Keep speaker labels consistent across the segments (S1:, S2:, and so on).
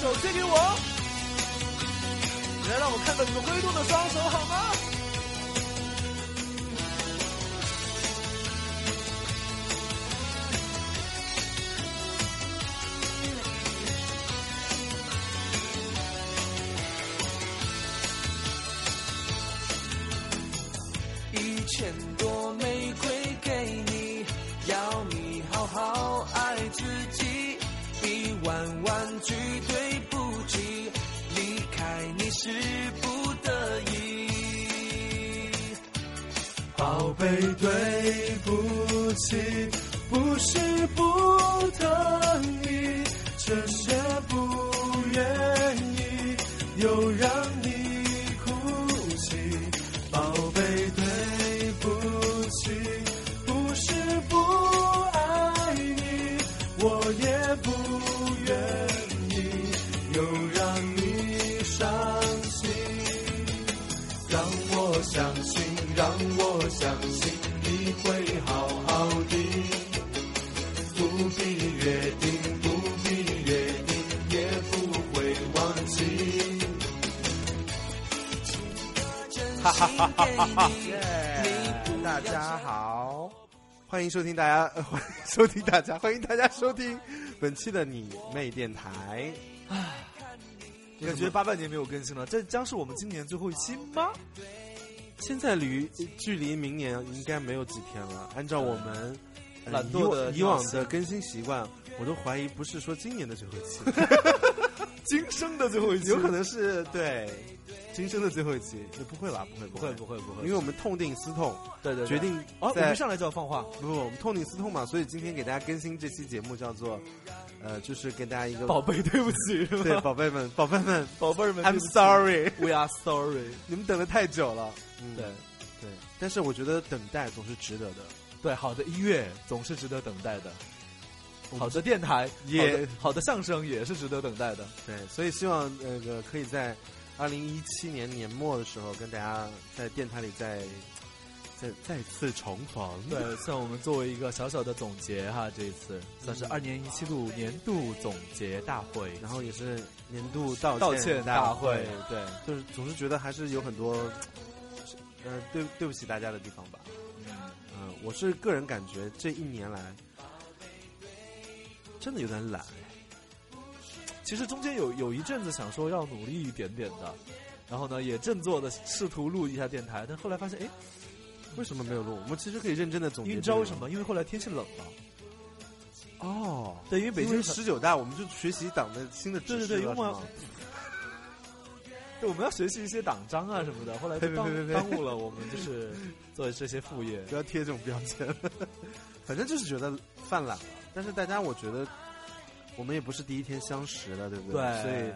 S1: 手推给我，来让我看到你们挥动的双手好吗？一千朵玫瑰给你，要你好好爱自己，比玩玩具对不起，离开你是不得已。宝贝，对不起，不是不疼你，只是不愿意又让你哭泣。宝贝，对不起，不是不爱你，我也不愿意又让你伤心。让我相信，让我相信你会好好的。不必约定，不必约定，也不会忘记。哈哈哈哈哈哈！
S2: 大家好，欢迎收听大家，呃欢迎收听大家，欢迎大家收听本期的你妹电台。
S1: 感觉八半年没有更新了，这将是我们今年最后一期吗？
S2: 现在离呃距离明年应该没有几天了。按照我们、呃
S1: 懒
S2: 以
S1: 惰的
S2: 往以往的更新习惯，我都怀疑不是说今年的最后 一期，
S1: 今生的最后一期，
S2: 有可能是对今生的最后一期。也不会啦，不会，
S1: 不
S2: 不
S1: 会不会不会，
S2: 因为我们痛定思痛，
S1: 对对对
S2: 决定
S1: 哦，我
S2: 在
S1: 们上来就要放话，
S2: 不不，我们痛定思痛嘛，所以今天给大家更新这期节目叫做，呃，就是给大家一个
S1: 宝贝，对不起， 是
S2: 对
S1: 吧？
S2: 宝贝们，宝贝们
S1: 宝贝儿们
S2: ，I'm sorry，
S1: ，We are sorry。
S2: 你们等了太久了。嗯，
S1: 对
S2: 对，但是我觉得等待总是值得的。
S1: 对，好的音乐总是值得等待的，好的电台
S2: 也
S1: 好的好的相声也是值得等待的。
S2: 对，所以希望那个、可以在二零一七年年末的时候，跟大家在电台里再再再次重逢。
S1: 对，像我们作为一个小小的总结哈，这一次算是二年一季度年度总结大会、
S2: 然后也是年度道
S1: 道
S2: 歉
S1: 歉大
S2: 会，
S1: 会，对，
S2: 就是总是觉得还是有很多，呃，对对不起大家的地方吧。嗯、我是个人感觉这一年来真的有点懒。
S1: 其实中间有有一阵子想说要努力一点点的，然后呢也振作的试图录一下电台，但后来发现哎，
S2: 为什么没有录？我们其实可以认真的总
S1: 因
S2: 结。
S1: 为你知道为什？么？因为后来天气冷了，
S2: 哦，
S1: 对，因为北
S2: 北
S1: 京
S2: 京
S1: 很
S2: 十九大，我们就学习党的新的
S1: 对对
S2: 指示
S1: 对，因为
S2: 了，
S1: 我
S2: 是
S1: 要
S2: 吗？
S1: 对，我们要学习一些党章啊什么的，后来就
S2: 呸呸
S1: 耽
S2: 呸呸
S1: 耽误了我们就是做这些副业。
S2: 不要贴这种标签。 反正就是觉得犯懒了，但是大家我觉得我们也不是第一天相识 了，对不
S1: 对，
S2: 所以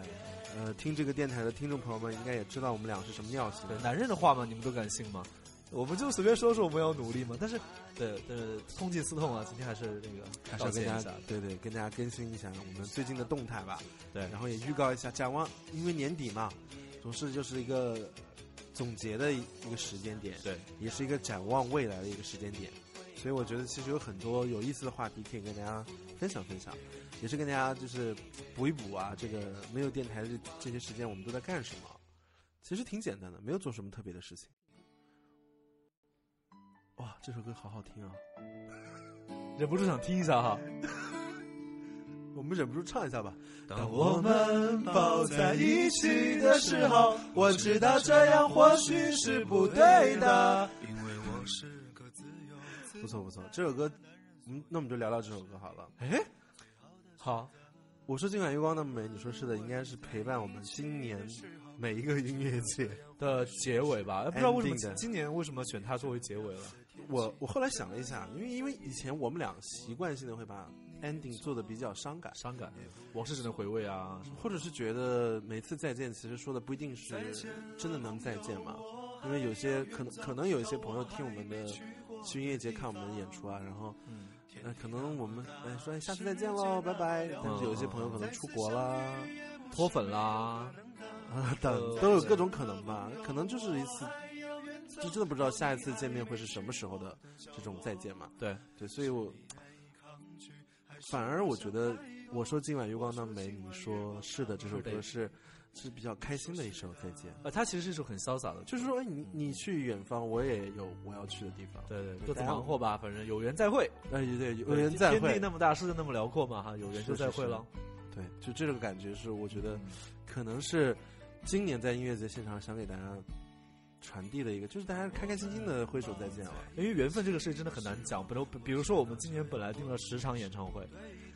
S2: 呃，听这个电台的听众朋友们应该也知道我们俩是什么尿性。
S1: 对男人的话嘛，你们都敢信吗？我们就随便说说我们要努力嘛，但是对，但是痛定思痛啊，今天还是那个
S2: 还是
S1: 道
S2: 要
S1: 歉
S2: 跟大
S1: 一
S2: 家
S1: 下，
S2: 对对，跟大家更新一下我们最近的动态吧。
S1: 对
S2: 然后也预告一下，展望，因为年底嘛，总是就是一个总结的一一个时间点，
S1: 对，
S2: 也是一个展望未来的一个时间点。所以我觉得其实有很多有意思的话题可以跟大家分享分享，也是跟大家就是补一补啊，这个没有电台的这些时间我们都在干什么？其实挺简单的，没有做什么特别的事情。哇，这首歌好好听啊！
S1: 忍不住想听一下哈。
S2: 我们忍不住唱一下吧。
S1: 当我们抱在一起的时候，
S2: 我知道这样或许是不对的。
S3: 因为我是个自由自
S2: 不错不错，这首歌，嗯，那我们就聊聊这首歌好了。
S1: 哎，好，
S2: 我说今晚月光那么美，你说是的，应该是陪伴我们今年每一个音乐节。
S1: 的结尾吧，哎不知道为什
S2: Ending 的
S1: 么今年为什么选它作为结尾了。
S2: 我我后来想了一下，因为因为以前我们俩习惯性的会把 ending 做的比较伤感，
S1: 伤感，往事只能回味啊。
S2: 或者是觉得每次再见其实说的不一定是真的能再见嘛，因为有些可能可能有一些朋友听我们的去音乐节看我们的演出啊，然后。
S1: 嗯，
S2: 呃，可能我们哎说哎下次再见喽，拜拜。但是有一些朋友可能出国啦，
S1: 脱粉啦，
S2: 啊等都有各种可能吧，可能就是一次，就真的不知道下一次见面会是什么时候的这种再见嘛。
S1: 对，
S2: 对，所以我反而我觉得我说今晚月光的美，你说是的，这首歌是是比较开心的一首再见。
S1: 呃，它其实是一首很潇洒的，
S2: 就是说，哎你你去远方，我也有我要去的地方。
S1: 对对，各自忙活吧，反正有缘再会。
S2: 哎，对，有缘再
S1: 天
S2: 会
S1: 地。那么大，世界那么辽阔嘛，哈，有缘就是再
S2: 是
S1: 会
S2: 是
S1: 了。
S2: 对，就这种感觉是，我觉得可能是今年在音乐节现场想给大家传递的一个，就是大家开开心心的挥手再见了。
S1: 因为缘分这个事真的很难讲，比如比如说我们今年本来定了十场演唱会，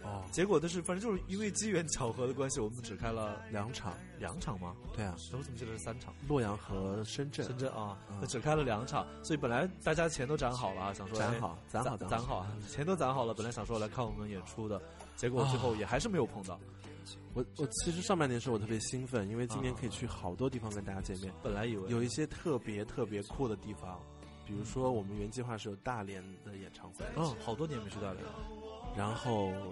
S2: 哦，
S1: 结果就是反正就是因为机缘巧合的关系，我们只开了
S2: 两场，
S1: 两场吗？
S2: 对啊，
S1: 我怎么记得是三场？
S2: 洛阳和深圳
S1: 深圳啊
S2: 嗯，
S1: 那只开了两场，所以本来大家钱都攒好了啊，想说
S2: 攒
S1: 哎
S2: 好，攒好，嗯
S1: 攒攒好，啊，钱都攒好了，本来想说来看我们演出的，结果最
S2: 啊
S1: 后也还是没有碰到。
S2: 我我其实上半年的时候我特别兴奋，因为今年
S1: 啊
S2: 可以去好多地方跟大家见面，
S1: 本来以为
S2: 有一些特别特别酷的地方，比如说我们原计划是有大连的演唱会，
S1: 嗯，好多年没去大连了。
S2: 然后呃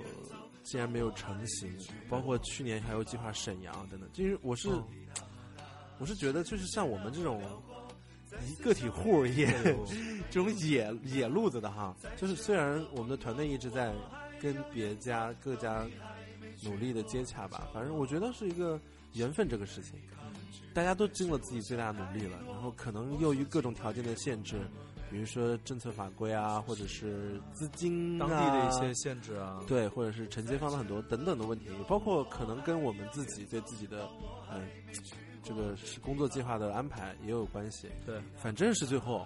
S2: 竟然没有成型，包括去年还有计划沈阳啊等等。就是我是、
S1: 嗯
S2: 我是觉得，就是像我们这种一个体户也 这种野野路子的哈，就是虽然我们的团队一直在跟别家各家努力的接洽吧，反正我觉得是一个缘分这个事情，大家都尽了自己最大的努力了，然后可能由于各种条件的限制。比如说政策法规啊，或者是资金、啊、
S1: 当地的一些限制啊，
S2: 对，或者是承接方的很多等等的问题，也包括可能跟我们自己对自己的，嗯、这个是工作计划的安排也有关系。
S1: 对，
S2: 反正是最后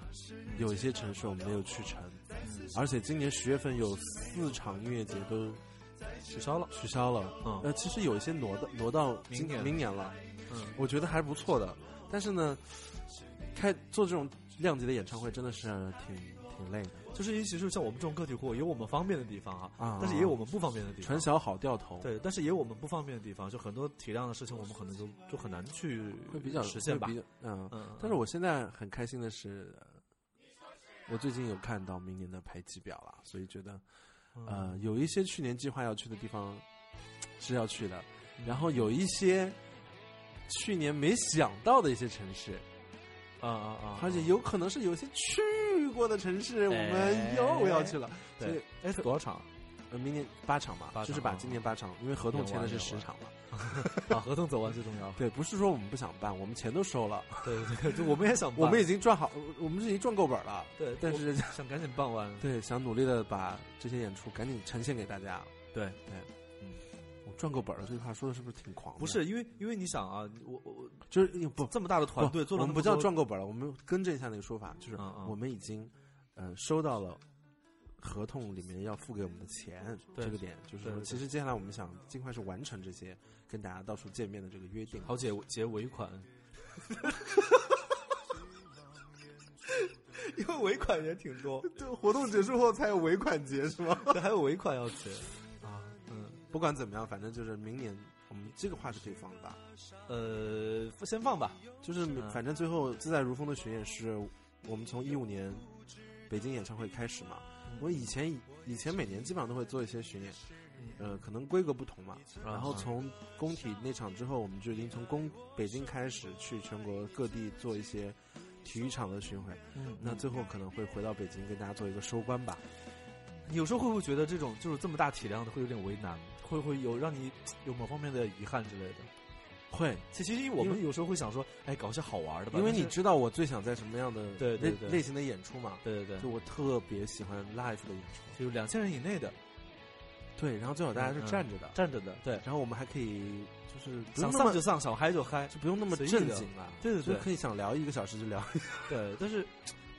S2: 有一些城市我们没有去成，
S1: 嗯
S2: 而且今年十月份有四场音乐节都
S1: 取消了。
S2: 取消了。
S1: 嗯
S2: 呃，其实有一些挪到挪到
S1: 明
S2: 今
S1: 年了
S2: 明年了，
S1: 嗯，
S2: 我觉得还不错的。但是呢，开做这种量级的演唱会真的是挺挺累的
S1: 就是尤其是像我们这种个体户，有我们方便的地方啊，
S2: 啊
S1: 但是也有我们不方便的地方
S2: 船。小好掉头。
S1: 对，但是也有我们不方便的地方，就很多体量的事情，我们可能就就很难去
S2: 会比较
S1: 实现吧
S2: 会。比较嗯，
S1: 嗯，
S2: 但是我现在很开心的是，呃我最近有看到明年的排期表了，所以觉得
S1: 嗯
S2: 呃，有一些去年计划要去的地方是要去的，然后有一些去年没想到的一些城市，
S1: 啊啊啊，
S2: 而且有可能是有些去过的城市，我们又要去了。所以
S1: 哎对，哎，多少 场？
S2: 呃，明年八场嘛，
S1: 八场
S2: 就是把今年八场，因为合同签的是
S1: 有
S2: 十
S1: 啊有啊
S2: 场嘛。。
S1: 把合同走完最重要
S2: 对，不是说我们不想办，我们钱都 收了，
S1: 对对对，就我们也想办，
S2: 我们已经赚好，我们是已经赚够本了。
S1: 对，
S2: 但是
S1: 我想赶紧办完。
S2: 对，想努力的把这些演出赶紧呈现给大家。
S1: 对
S2: 对，
S1: 嗯，
S2: 我赚够本儿了，这句话说的是不是挺狂的？
S1: 不，是因为因为你想啊，我我
S2: 就是你不
S1: 我这么大的团队
S2: 不
S1: 做了那
S2: 我
S1: 么
S2: 们不叫
S1: 多
S2: 赚够本儿了，我们更正一下那个说法，就是
S1: 嗯嗯
S2: 我们已经呃收到了。合同里面要付给我们的钱，
S1: 对
S2: 这个点就是
S1: 对
S2: 说，
S1: 对
S2: 其实接下来我们想尽快是完成这些跟大家到处见面的这个约定。
S1: 好姐结尾 款， 因为尾款也挺多，
S2: 对，活动结束后才有尾款结是吗？
S1: 还有尾款要结。
S2: 啊，
S1: 嗯，
S2: 不管怎么样，反正就是明年我们这个话是可以放的吧？
S1: 呃，先放吧。
S2: 就是
S1: 嗯
S2: 反正最后自在如风的巡演是我们从一五年北京演唱会开始嘛。
S1: 嗯
S2: 我以前以前每年基本上都会做一些巡演，
S1: 嗯
S2: 呃，可能规格不同嘛。然后从工体那场之后，我们就已经从工北京开始去全国各地做一些体育场的巡回。
S1: 嗯
S2: 那最后可能会回到北京跟大家做一个收官吧。
S1: 有时候会不会觉得这种就是这么大体量的会有点为难，会不会有让你有某方面的遗憾之类的？
S2: 会，
S1: 其实我们有时候会想说，哎，搞些好玩的吧，
S2: 因为你
S1: 但是
S2: 知道我最想在什么样的
S1: 对对
S2: 类
S1: 对
S2: 类型的演出嘛。
S1: 对对
S2: 就
S1: 对，
S2: 我特别喜欢 live 的演出，
S1: 就两千人以内的
S2: 对，然后最好大家是
S1: 嗯嗯
S2: 站着的，
S1: 站着的，对，
S2: 然后我们还可以就是不
S1: 想
S2: 用那么
S1: 丧就丧，想嗨就嗨，
S2: 就不用那么
S1: 随意
S2: 正
S1: 的
S2: 经了，
S1: 对对
S2: 就
S1: 对
S2: 可以想聊一个小时就聊
S1: 对。但 是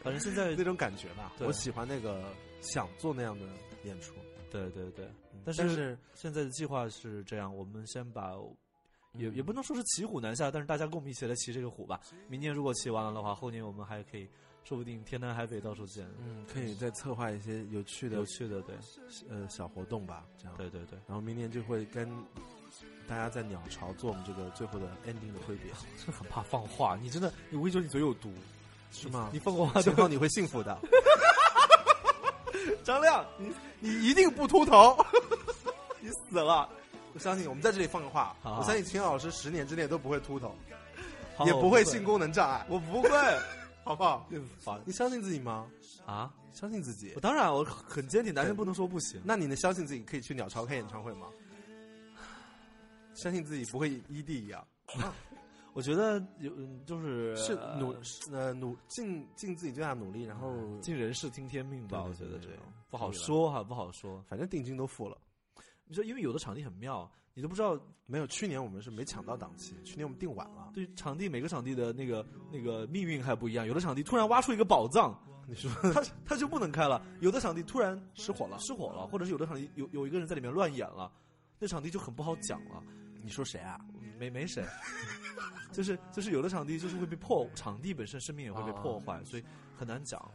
S1: 反正现在
S2: 那种感觉吧。
S1: 对
S2: 我喜欢那个想做那样的演出，
S1: 对对对，
S2: 嗯
S1: 但
S2: 但
S1: 是现在的计划是这样，我们先把也
S2: 嗯
S1: 也不能说是骑虎难下，但是大家跟我们一起来骑这个虎吧。明年如果骑完了的话，后年我们还可以，说不定天南海北到处见，
S2: 嗯，可以再策划一些有趣的
S1: 有趣的，对
S2: 呃小活动吧，这样。
S1: 对对 对，
S2: 然后明年就会跟大家在鸟巢做我们这个最后的 ending 的挥别，
S1: 真的很怕放话，你真的，我跟你说你嘴有毒，
S2: 是吗
S1: 你？放过话就
S2: 然后你会幸福 的。
S1: 张亮，你你一定不秃头，你死了。
S2: 我相信我们在这里放个话，
S1: 好
S2: 我相信秦老师十年之内都不会秃头，
S1: 好
S2: 也
S1: 我
S2: 不会嗯性功能障碍，
S1: 我不会
S2: 好不好？
S1: 烦
S2: 你相信自己吗？
S1: 啊！
S2: 相信自己
S1: 我。当然，我很坚挺，男人不能说不行。
S2: 那你能相信自己可以去鸟巢开演唱会吗？相信自己不会异地一样，
S1: 我觉得有嗯就是
S2: 是努是呃努尽尽自己最大努力，然后
S1: 嗯尽人事听天命吧，
S2: 对对
S1: 我觉得
S2: 对
S1: 这
S2: 对
S1: 种
S2: 对
S1: 不好
S2: 同意吧
S1: 说哈，不好说。
S2: 反正定金都付了。
S1: 你说，因为有的场地很妙，你都不知道
S2: 没有，去年我们是没抢到档期，去年我们定晚了。
S1: 对场地每个场地的那个那个命运还不一样，有的场地突然挖出一个宝藏，
S2: 你说
S1: 它它就不能开了；有的场地突然
S2: 失火了？
S1: 失火了，或者是有的场地有有一个人在里面乱演了，那场地就很不好讲了。
S2: 你说谁啊？
S1: 没没谁， 就是就是有的场地就是会被破，场地本身生命也会被破
S2: 啊
S1: 坏，所以很难讲。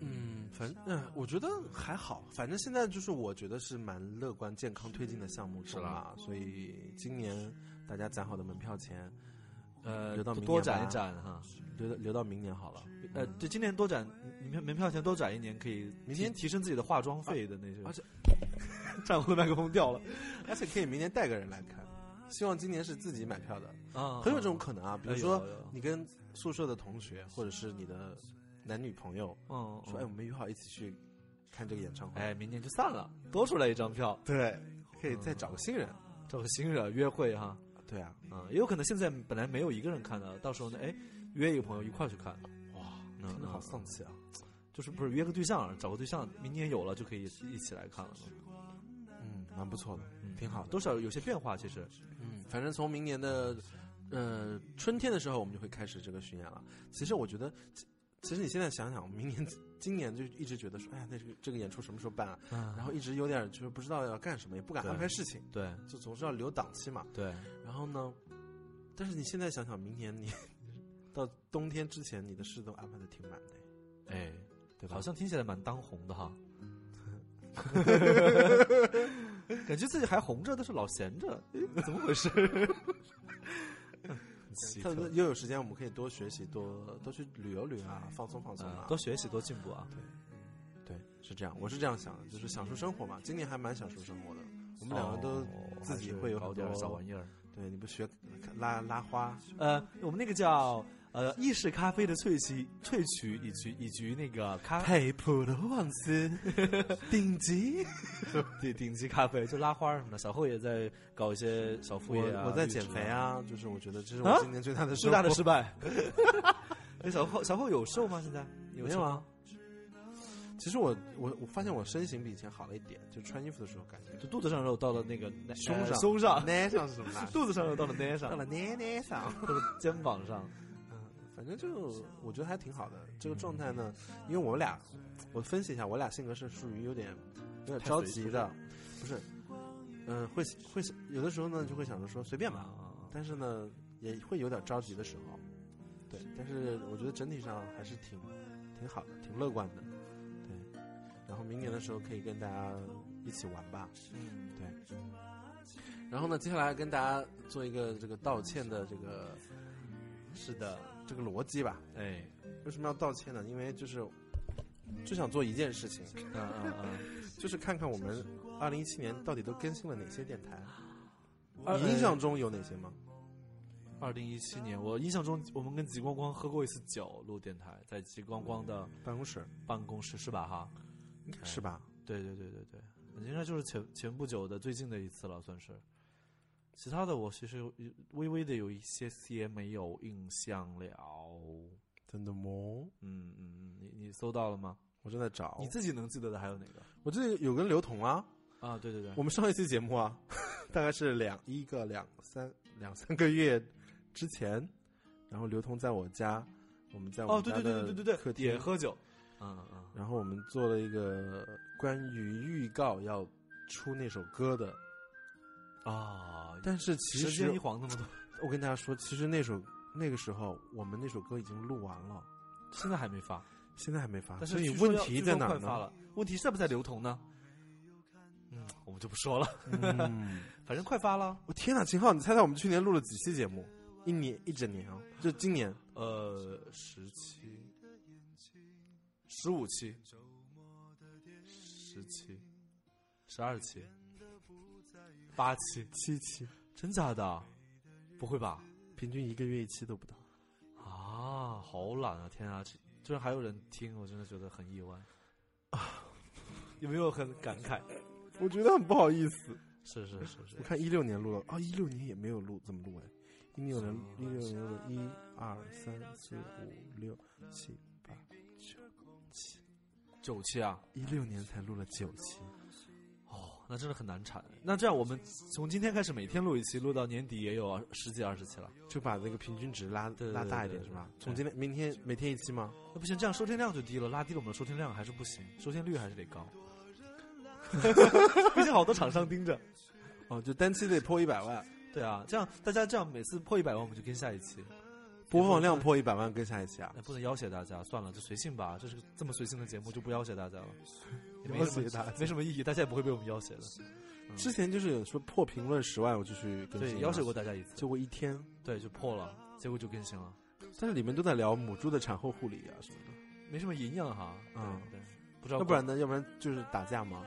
S2: 嗯，反正嗯、我觉得还好，反正现在就是我觉得是蛮乐观、健康推进的项目中嘛，所以今年大家攒好的门票钱
S1: 呃，
S2: 留
S1: 多
S2: 到明
S1: 多
S2: 年
S1: 展
S2: 吧
S1: 一展哈。
S2: 留到留到明年好了。
S1: 呃，对，今年多展门票门票钱多展一年，可以
S2: 明
S1: 提
S2: 天啊
S1: 提升自己的化妆费的那些。
S2: 而 且
S1: 战后的麦克风掉了
S2: 而且可以明年带个人来看，希望今年是自己买票的，
S1: 啊
S2: 很有这种可能啊。比如
S1: 哎
S2: 说
S1: 有有
S2: 你跟宿舍的同学或者是你的男女朋友
S1: 嗯，
S2: 说，哎，我们约好一起去看这个演唱会。
S1: 哎，明年就散了，多出来一张票，
S2: 对，可以再找个新人。
S1: 找个新人约会哈。
S2: 对啊，
S1: 啊，也有可能现在本来没有一个人看的，到时候呢，哎，约一个朋友一块儿去看，
S2: 哇，
S1: 嗯
S2: 真的好
S1: 嗯
S2: 丧气啊！
S1: 就是不是约个对象，找个对象，明年有了就可以一起来看了嘛。
S2: 嗯，蛮不错的，
S1: 嗯
S2: 挺好的。
S1: 多少有些变化，其实
S2: 嗯，反正从明年的呃春天的时候，我们就会开始这个巡演了。其实我觉得，其其实你现在想想，明年今年就一直觉得说，哎呀，那这个这个演出什么时候办啊？
S1: 啊
S2: 然后一直有点就是不知道要干什么，也不敢
S1: 对
S2: 安排事情，
S1: 对
S2: 就总是要留档期嘛。
S1: 对，
S2: 然后呢，但是你现在想想，明年你到冬天之前，你的事都安排的挺满的。
S1: 哎，对
S2: 吧
S1: 好像听起来蛮当红的 哈，感觉自己还红着，但是老闲着，哎怎么回事？很奇
S2: 特
S1: 特
S2: 别又有时间，我们可以多学习，多多去旅游旅游啊，放松放松啊
S1: 啊，。多学习，多进步啊！
S2: 对，是这样，我是这样想的，就是享受生活嘛。今年还蛮享受生活的，我
S1: 我
S2: 们两个
S1: 哦
S2: 都、自己会有
S1: 搞
S2: 很
S1: 点
S2: 多
S1: 小玩意儿。
S2: 对，你不学拉拉花，
S1: 呃，我们那个叫呃意式咖啡的萃取萃取以及以及那个咖
S2: 佩普罗旺 斯顶级。
S1: 对顶级咖啡，就拉花儿什么的。小慧也在搞一些小副
S2: 我
S1: 业啊，
S2: 我在
S1: 绿植
S2: 减肥啊，就是我觉得这是
S1: 啊
S2: 我今年最大的
S1: 巨大的
S2: 收获
S1: 失败。 那小后小后有瘦吗？现在有
S2: 没有
S1: 瘦
S2: 啊？其实我我我发现我身形比以前好了一点，就穿衣服的时候感觉
S1: 就肚子上肉到了那个
S2: 胸
S1: 呃
S2: 上
S1: 胸上，？
S2: 奶上是什么啦
S1: 肚子上肉到了奶
S2: 到
S1: 上，
S2: 了奶奶上。
S1: 或者肩膀上。
S2: 嗯，反正就我觉得还挺好的。这个状态呢，因为我俩，我分析一下，我俩性格是属于有点有点着急的，不是，嗯、会会有的时候呢就会想着说随
S1: 啊
S2: 便吧，但是呢也会有点着急的时候，对，但是我觉得整体上还是挺挺好的，挺乐观的，对。然后明年的时候可以跟大家一起玩吧，对。然后呢，接下来跟大家做一个这个道歉的这个
S1: 是的，
S2: 这个逻辑吧，
S1: 哎，
S2: 为什么要道歉呢？因为就是就想做一件事情，
S1: 嗯嗯嗯，
S2: 就是看看我们二零一七年到底都更新了哪些电台，
S1: 呃
S2: 你印象中有哪些吗？
S1: 二零一七年，我印象中我们跟极光光喝过一次酒，录电台，在极光光的
S2: 办公室
S1: 办公室是吧？哈，
S2: 是吧？
S1: 对对对对对，应该就是前前不久的最近的一次了，算是。其他的我其实有微微的有一些些没有印象了。
S2: 真的吗？
S1: 嗯嗯嗯，你你搜到了吗？
S2: 我正在找
S1: 你，自己能记得的还有哪个？
S2: 我这里有跟刘同啊，
S1: 啊，对对对，
S2: 我们上一期节目啊， 大概是两一个两三两三个月之前，然后刘同在我家，我们在我
S1: 哦，
S2: 们
S1: 对
S2: 家
S1: 对对对
S2: 的
S1: 对
S2: 客
S1: 对
S2: 厅
S1: 对，也喝酒。嗯嗯
S2: 然后我们做了一个关于预告要出那首歌的，
S1: 嗯，啊，
S2: 但是其
S1: 时
S2: 实
S1: 间一晃那么多，
S2: 我跟大家说，其实那首那个时候我们那首歌已经录完了，
S1: 现在还没发，
S2: 现在还没发，
S1: 但是
S2: 所以
S1: 据说
S2: 问
S1: 要
S2: 题
S1: 据
S2: 在
S1: 说
S2: 哪
S1: 快
S2: 儿
S1: 发
S2: 呢？
S1: 了，问题在不在流通呢？嗯，我们就不说了，
S2: 嗯，
S1: 反正快发了。
S2: 我天哪，秦昊，你猜猜我们去年录了几期节目？一年一整年啊，就今年
S1: 呃，十七、十五期、十七、十二期、八期，
S2: 七期，
S1: 真假的？不会吧？
S2: 平均一个月一期都不到。
S1: 啊，好懒啊！天啊，这居然还有人听，我真的觉得很意外啊！有没有很感慨？
S2: 我觉得很不好意思，
S1: 是是是是
S2: 我，看一六年录了，啊、1一六年也没有录，怎么录哎？一六年，一六
S1: 啊
S2: 年录一二三四五六七八九期，
S1: 九期啊，
S2: 一六年才录了九期，
S1: 哦，那真的很难产。那这样，我们从今天开始每天录一期，录到年底也有十几二十期了。
S2: 就把那个平均值拉
S1: 对对
S2: 拉大一
S1: 对
S2: 点
S1: 对
S2: 是吧？
S1: 对
S2: 从今天明天每天一期吗？
S1: 那不行，这样收听量就低了，拉低了我们的收听量还是不行，收听率还是得 高。毕竟好多厂商盯着。
S2: 哦，就单期得破一百万，
S1: 对啊，这样大家这样每次破一百万，我们就跟下一期。
S2: 播放量破一百万跟下一期啊
S1: 那、，不能要挟大家，算了，就随性吧。这是个这么随性的节目，就不要挟大 家了，也没什么
S2: 要挟大家
S1: 没什么意义，大家也不会被我们要挟的。
S2: 之前就是有说破评论十万，我就去更
S1: 对，
S2: 新了
S1: 要挟过，大家一次，
S2: 结果一天，
S1: 对，就破了，结果就更新了，
S2: 但是里面都在聊母猪的产后护理啊什么的，
S1: 没什么营养哈。
S2: 嗯
S1: 对，对不知道
S2: 要不然呢？要不然就是打架嘛，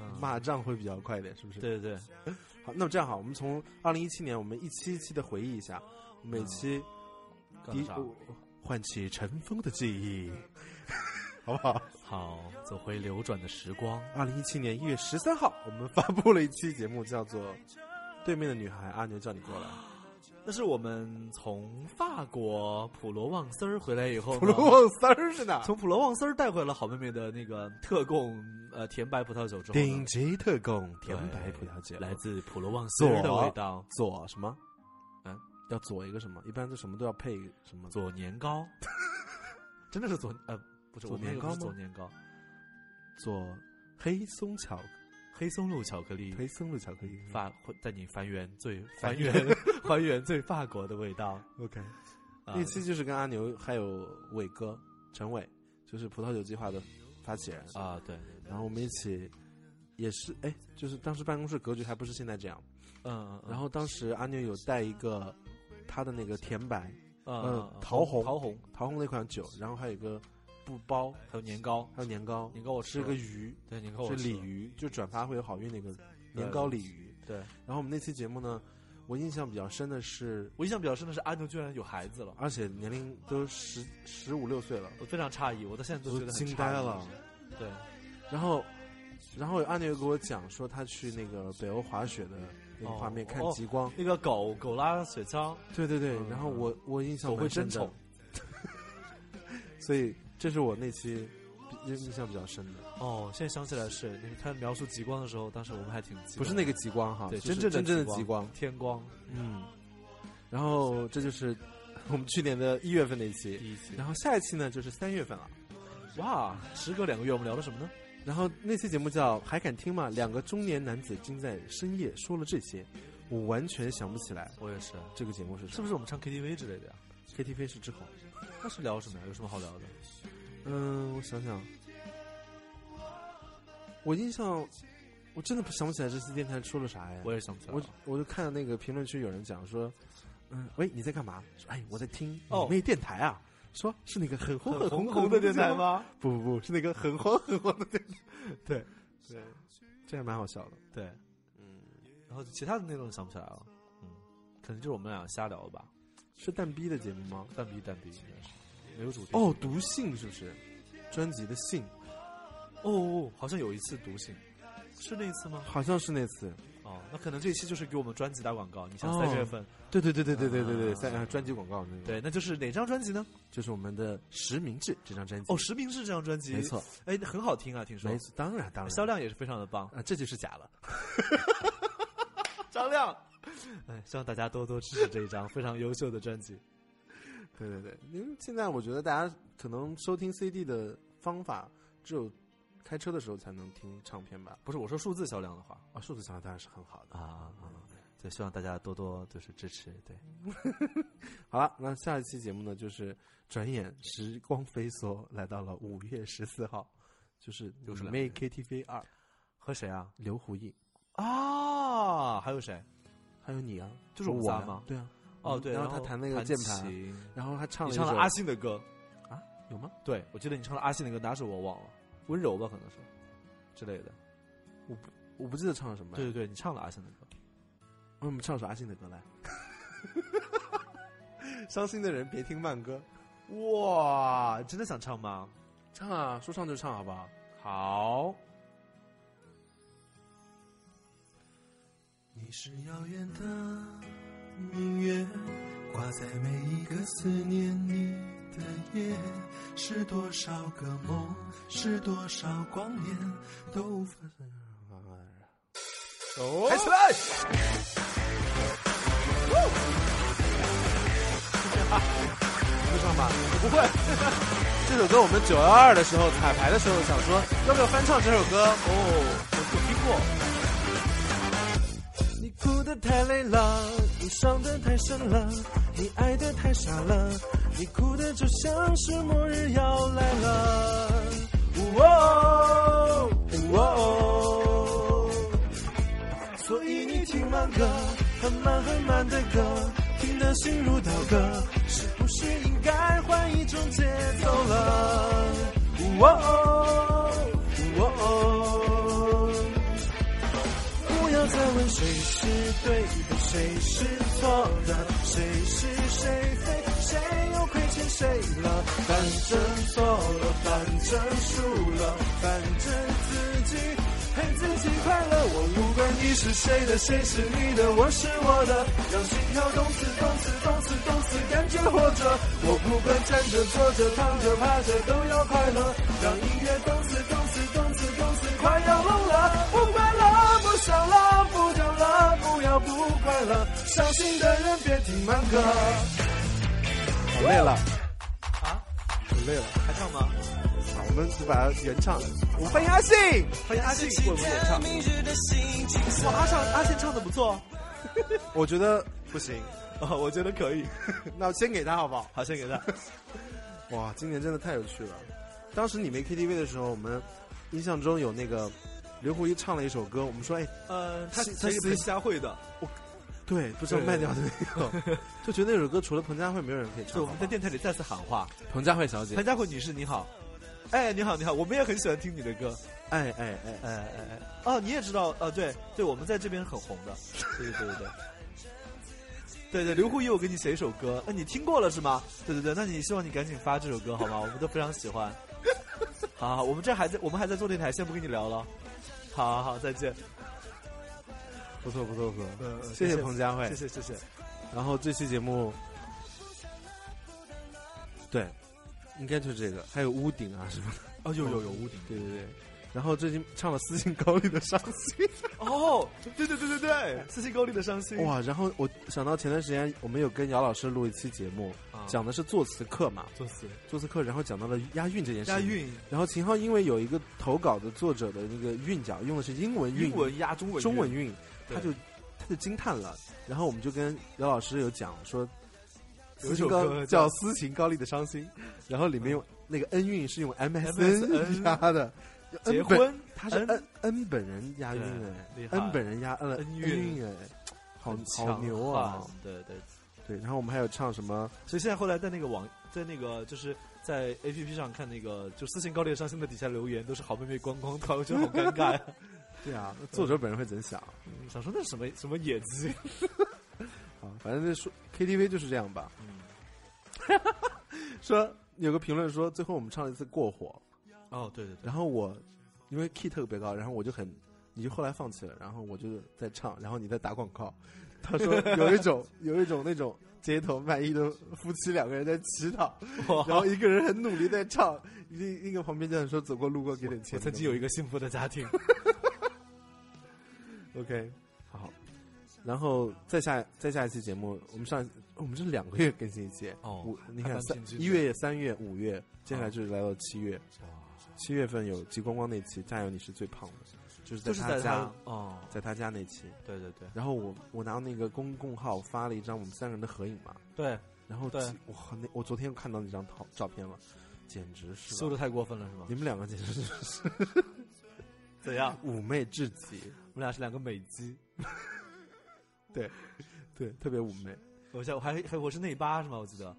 S1: 嗯
S2: 骂仗会比较快一点，是不是？
S1: 对对对，
S2: 好，那么这样好，我们从二零一七年，我们一期一期的回忆一下，每期第
S1: 嗯干了
S2: 一
S1: 啥？
S2: 唤起尘封的记忆， 好不好？
S1: 好，走回流转的时光。
S2: 二零一七年一月十三号，我们发布了一期节目，叫做《对面的女孩》，阿牛叫你过来。
S1: 那是我们从法国普罗旺斯儿回来以后呢，
S2: 普罗旺三儿是哪？
S1: 从普哦罗旺斯儿带回了好妹妹的那个特供呃甜白葡萄酒之后呢，
S2: 顶级特供
S1: 对
S2: 甜白葡萄酒，
S1: 来自普罗旺斯儿的
S2: 左
S1: 味道，
S2: 佐什么？
S1: 嗯，
S2: 要佐一个什么？一般都什么都要配什么？
S1: 左年糕，真的是左呃不是
S2: 左
S1: 我们那
S2: 年
S1: 个不是
S2: 糕
S1: 左
S2: 吗
S1: 年糕，
S2: 佐黑松巧
S1: 黑松露巧克力。
S2: 黑松露巧嗯克力。
S1: 法会带你还原 最还
S2: 还
S1: 原还原最法国的味道。
S2: OK，
S1: 啊
S2: 那期就是跟阿牛还有伟哥陈伟，就是葡萄酒计划的发起人，
S1: 啊，对，
S2: 然后我们一起也是哎，就是当时办公室格局还不是现在这样。
S1: 嗯嗯，嗯
S2: 然后当时阿牛有带一个他的那个甜白
S1: 嗯
S2: 呃
S1: 嗯嗯
S2: 桃红
S1: 桃红，
S2: 桃红那款酒，然后还有一个布包，
S1: 还有年糕，
S2: 还有年糕，
S1: 年糕我吃
S2: 是
S1: 了
S2: 个鱼，
S1: 对年糕我
S2: 是
S1: 吃
S2: 鲤
S1: 了，
S2: 鱼，就转发会有好运那个年糕鲤鱼。
S1: 对。
S2: 然后我们那期节目呢，我印象比较深的是，
S1: 我印象比较深的是阿牛居然有孩子了，
S2: 而且年龄都十十五六岁了，
S1: 我非常诧异，我到现在都
S2: 我
S1: 觉得很
S2: 惊
S1: 诧
S2: 呆
S1: 异
S2: 了。。
S1: 对，
S2: 然后，然后阿牛给我讲说他去那个北欧滑雪的那个画面
S1: 哦
S2: 看
S1: 哦
S2: 极光，
S1: 那个狗狗拉雪橇，
S2: 对对对。
S1: 嗯
S2: 然后我我印象
S1: 狗会
S2: 蛮深
S1: 真
S2: 的
S1: 丑，
S2: 所以这是我那期比印象比较深的，
S1: 哦，现在想起来是那个他描述极光的时候，当时我们还挺激动
S2: 不是那个极光哈，
S1: 对
S2: 就是
S1: 真正的
S2: 真正
S1: 极光
S2: 的极光。
S1: 天光
S2: 嗯，然后这就是我们去年的一月份那期，
S1: 第一期
S2: 然，后下一期呢就是三月份了。
S1: 哇，时隔两个月，我们聊了什么呢？
S2: 然后那期节目叫《还敢听吗》，两个中年男子竟在深夜说了这些，我完全想不起来
S1: 我也是，
S2: 这个节目是什
S1: 是
S2: 么。
S1: 不是我们唱 KTV 之类的呀？
S2: KTV 是之后，
S1: 那是聊什么呀？有什么好聊的？
S2: 嗯，我想想，我印象我真的不想不起来这期电台说了啥哎。
S1: 我也想不起来
S2: 我
S1: 了。
S2: 我就看到那个评论区有人讲说，嗯，喂，你在干嘛？说，哎，我在听
S1: 哦
S2: 你妹电台啊。说是那个很红
S1: 很
S2: 红
S1: 红红的电台
S2: 吗？
S1: 吗？
S2: 不不不，是那个很黄很黄的电台。对对，这还蛮好笑的。
S1: 对，
S2: 嗯，
S1: 然后其他的内容想不起来了。嗯，可能就是我们俩瞎聊的吧。
S2: 是蛋逼的节目吗？
S1: 蛋逼蛋逼应该是没有主题。
S2: 哦，读信是不是？专辑的信
S1: 哦哦，好像有一次读信，是那一次吗？
S2: 好像是那次。
S1: 哦，那可能这一期就是给我们专辑打广告。你想
S2: 哦
S1: 三月份，
S2: 对对对对对对对
S1: 啊
S2: 对，在、呃专辑广告那个。，
S1: 对，那就是哪张专辑呢？
S2: 就是我们的《实名制》这张专辑。
S1: 哦，《实名制》这张专辑，
S2: 没，错，
S1: 哎，很好听啊，听说
S2: 没错，当然当然。
S1: 销量也是非常的棒
S2: 啊、。这就是假了。
S1: 张亮，哎，希望大家多多支持这一张非常优秀的专辑。
S2: 对对对，因为现在我觉得大家可能收听 CD 的方法只有开车的时候才能听唱片吧。
S1: 不是我说数字销量的话
S2: 啊，数字销量当然是很好的。
S1: 啊，对，希望大家多多就是支持。对，
S2: 好了，那下一期节目呢，就是转眼时光飞梭，来到了五月十四号，就是
S1: 又是
S2: 你
S1: 两
S2: 妹
S1: 个
S2: KTV 二，
S1: 和谁啊？
S2: 刘胡毅，
S1: 啊，还有谁？
S2: 还有你啊，
S1: 就是我们
S2: 我
S1: 仨
S2: 呀
S1: 吗
S2: 对啊，
S1: 哦，对，
S2: 然后
S1: 后
S2: 他弹那个键盘
S1: 琴，
S2: 然后还唱
S1: 你
S2: 了一
S1: 唱了
S2: 首
S1: 阿信的歌。
S2: 有吗？
S1: 对，我记得你唱了阿信那个哪首我忘了，温柔吧，可能是之类的。
S2: 我不记得唱了什么。
S1: 对，对对，你唱了阿信的歌。
S2: 我们唱首阿信的歌来。 伤心的人别听慢歌，
S1: 哇，真的想唱吗？
S2: 唱啊，说唱就唱好不好？
S1: 好，
S4: 你是遥远的明月，挂在每一个思念你的夜。是多少个梦，是多少光年，都无法。
S1: 哦
S2: 开始来。不唱吧？不会。这首歌我们九幺二的时候彩排的时候想说要不要翻唱这首歌哦，我我听过。
S5: 你哭得太累了，你伤得太深了，你爱得太傻了，你哭得就像是末日要来了。哇哦，哇哦，所以你听慢歌，很慢很慢的歌，听得心如刀割，是不是应该换一种节奏了？哇哦，哇哦。不要再问谁是对的，谁是错的，谁是谁非，谁又亏欠谁了？反正错了，反正输了，反正自己陪自己快乐。我无关你是谁的，谁是你的，我是我的，让心跳动次动次动次动次，感觉活着。我不管站着坐着躺着趴着都要快乐，让音乐动次动次动次动次，快要聋了，不管了。不想了，不掉了，不要不快乐。伤心的人别听慢歌。
S2: 好累了，
S1: 啊，
S2: 很累了。
S1: 还唱吗？
S2: 好，我们就把它原唱。我发现阿信，发现阿信会不会原唱？
S1: 哇，阿唱阿信唱的不错
S2: 我觉得不行，
S1: 哦，我觉得可以，
S2: 那我先给他好不好？
S1: 好，先 给他。
S2: 哇，今年真的太有趣了。当时你没 KTV 的时候，我们印象中有那个刘胡一唱了一首歌，我们说哎，
S1: 呃，他
S2: 是
S1: 他
S2: 他
S1: 是
S2: 是
S1: 彭佳慧的，
S2: 对，不知道
S1: 对
S2: 卖掉的那 个，就觉得那首歌除了彭佳慧，没有人可以
S1: 对，
S2: 唱
S1: 我。们在电台里再次喊话，
S2: 彭佳慧小姐
S1: 彭，佳慧女士你好，哎，你好你好，我们也很喜欢听你的歌，
S2: 哎哎哎，
S1: 哎哎哎，哦，你也知道，呃，对对，我们在这边很红的，对对对 对对。对对，刘胡一，我给你写一首歌，哎那、你听过了是吗？对对对，那你希望你赶紧发这首歌好吗？我们都非常喜欢。 好好，好我们这还在，我们还在做电台，先不跟你聊了。好好好，再见。
S2: 不错不错不错，
S1: 嗯，
S2: 呃谢谢彭佳慧
S1: 谢。谢谢谢。
S2: 然后这期节目，对，应该就是这个，还有屋顶啊什么的，
S1: 哦，有有有屋顶。
S2: 对对对。然后最近唱了《斯琴高丽的伤心
S1: 哦，对对对对对，四星高丽的伤心。》
S2: 哇，然后我想到前段时间我们有跟姚老师录一期节目，
S1: 啊，
S2: 讲的是作词课嘛，
S1: 作词
S2: 作词课，然后讲到了押韵这件事。
S1: 押。韵，
S2: 然后秦昊因为有一个投稿的作者的那个韵脚用的是英文韵，
S1: 英文押中文，
S2: 中文韵，
S1: 对
S2: 他就他就惊叹了。然后我们就跟姚老师有讲说，
S1: 有一首
S2: 斯琴
S1: 歌嗯
S2: 高叫《斯琴高丽的伤心》，然后里面用那个 N 韵是用 MSN 押的，就 N
S1: 结
S2: 本
S1: 婚，
S2: 他是
S1: N
S2: N N 本人押韵
S1: 对厉
S2: 哎
S1: 害
S2: ，N 本人押呃
S1: N 韵
S2: 韵哎，好
S1: 很
S2: 好
S1: 强
S2: 牛啊！
S1: 悍！对对，
S2: 对，然后我们还有唱 什么？
S1: 所以现在后来在那个网，在那个就是在 A P P 上看那个就私信高烈伤心的底下留言，都是好妹妹光光团，我觉得好尴尬呀、 嗯
S2: 对啊，作者本人会怎想
S1: 想说那是什么什么野鸡？
S2: 啊？反正就说 KTV 就是这样吧。
S1: 嗯
S2: 说有个评论说，最后我们唱了一次《过火》，
S1: 哦，对对对，
S2: 然后我因为 key 特别高，然后我就很，你就后来放弃了，然后我就在唱，然后你在打广告。他说有一种有一种那种街头卖艺的夫妻两个人在乞讨， 然
S1: 哇！
S2: 后一个人很努力在唱，另另一个旁边就想说走过路过给点
S1: 我
S2: 钱。
S1: 曾经有一个幸福的家 庭，
S2: OK 好，然后再下再下一期节目，我们上一我们是两个月更新一期
S1: 哦
S2: 五你
S1: 还
S2: 看
S1: 蛮
S2: 三
S1: 平均的
S2: 一月、三月、五月，接
S1: 哦
S2: 下来就是来到七月，七月份有极光光那期《加油你是最胖的》，就是在
S1: 就是在
S2: 家
S1: 他。哦，
S2: 在他家那期，
S1: 对对对
S2: 然后我我拿那个公共号发了一张我们三个人的合影嘛，
S1: 对，
S2: 然后
S1: 对
S2: 其哇，那我昨天又看到那张照照片了，简直是
S1: 修的太过分了是吗
S2: 你？们两个简直是
S1: 怎样？
S2: 妩媚至极，
S1: 我们俩是两个美鸡，
S2: 对，特别妩媚。
S1: 我想我还还我是内八是吗？我记得。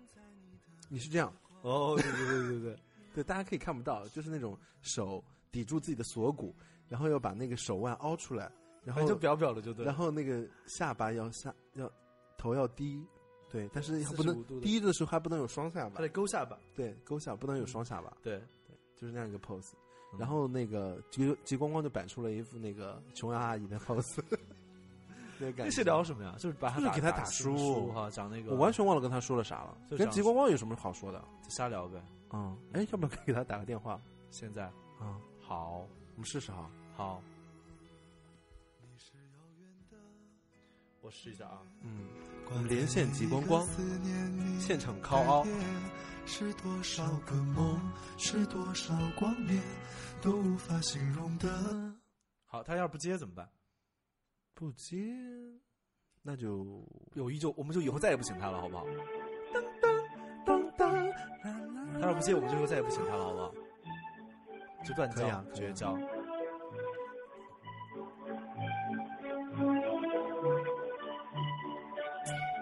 S2: 你是这样，
S1: 哦，对对对对 对，
S2: 对，大家可以看不到，就是那种手抵住自己的锁骨，然后要把那个手腕凹出来，然
S1: 反正
S2: 后
S1: 就表表的就哎对了。
S2: 然后那个下巴要下要头要低，对，但是还不
S1: 45度
S2: 能
S1: 的
S2: 低的时候还不能有双下
S1: 还
S2: 巴
S1: 得，勾下巴。
S2: 对，勾下不能有双下巴，
S1: 对，
S2: 就是那样一个 pose。
S1: 嗯
S2: 然后那个吉吉光光就摆出了一副那个琼瑶阿姨的 pose，那个感
S1: 那
S2: 觉
S1: 是聊什么呀？就是把他
S2: 就是给
S1: 他
S2: 他打
S1: 输
S2: 输
S1: 哈，讲那个
S2: 我完全忘了跟他说了啥了，
S1: 就这
S2: 跟
S1: 样
S2: 极光光有什么好说的？
S1: 就瞎聊呗。
S2: 嗯，哎，要不要给他打个电话？
S1: 现在
S2: 啊，
S1: 好
S2: 我们试试哈。
S1: 好，我试一下啊。
S2: 嗯，我
S4: 我
S2: 们
S4: 们
S2: 连
S4: 连
S2: 线
S4: 线
S2: 极
S4: 极
S2: 光
S4: 光
S2: 光
S4: 光，
S2: 现场
S4: 高
S2: 靠凹
S4: 傲。。是多少个梦，是多少光年，都无法形容的。
S1: 好，他要是不接怎么办？
S2: 不接，那就
S1: 友谊就我们就以后再也不请他了，好不好？
S2: 当当
S1: 他要不接，我们就以后再也不请他了，好不好？就断
S2: 可以
S1: 交、
S2: 啊可以啊
S1: 绝交。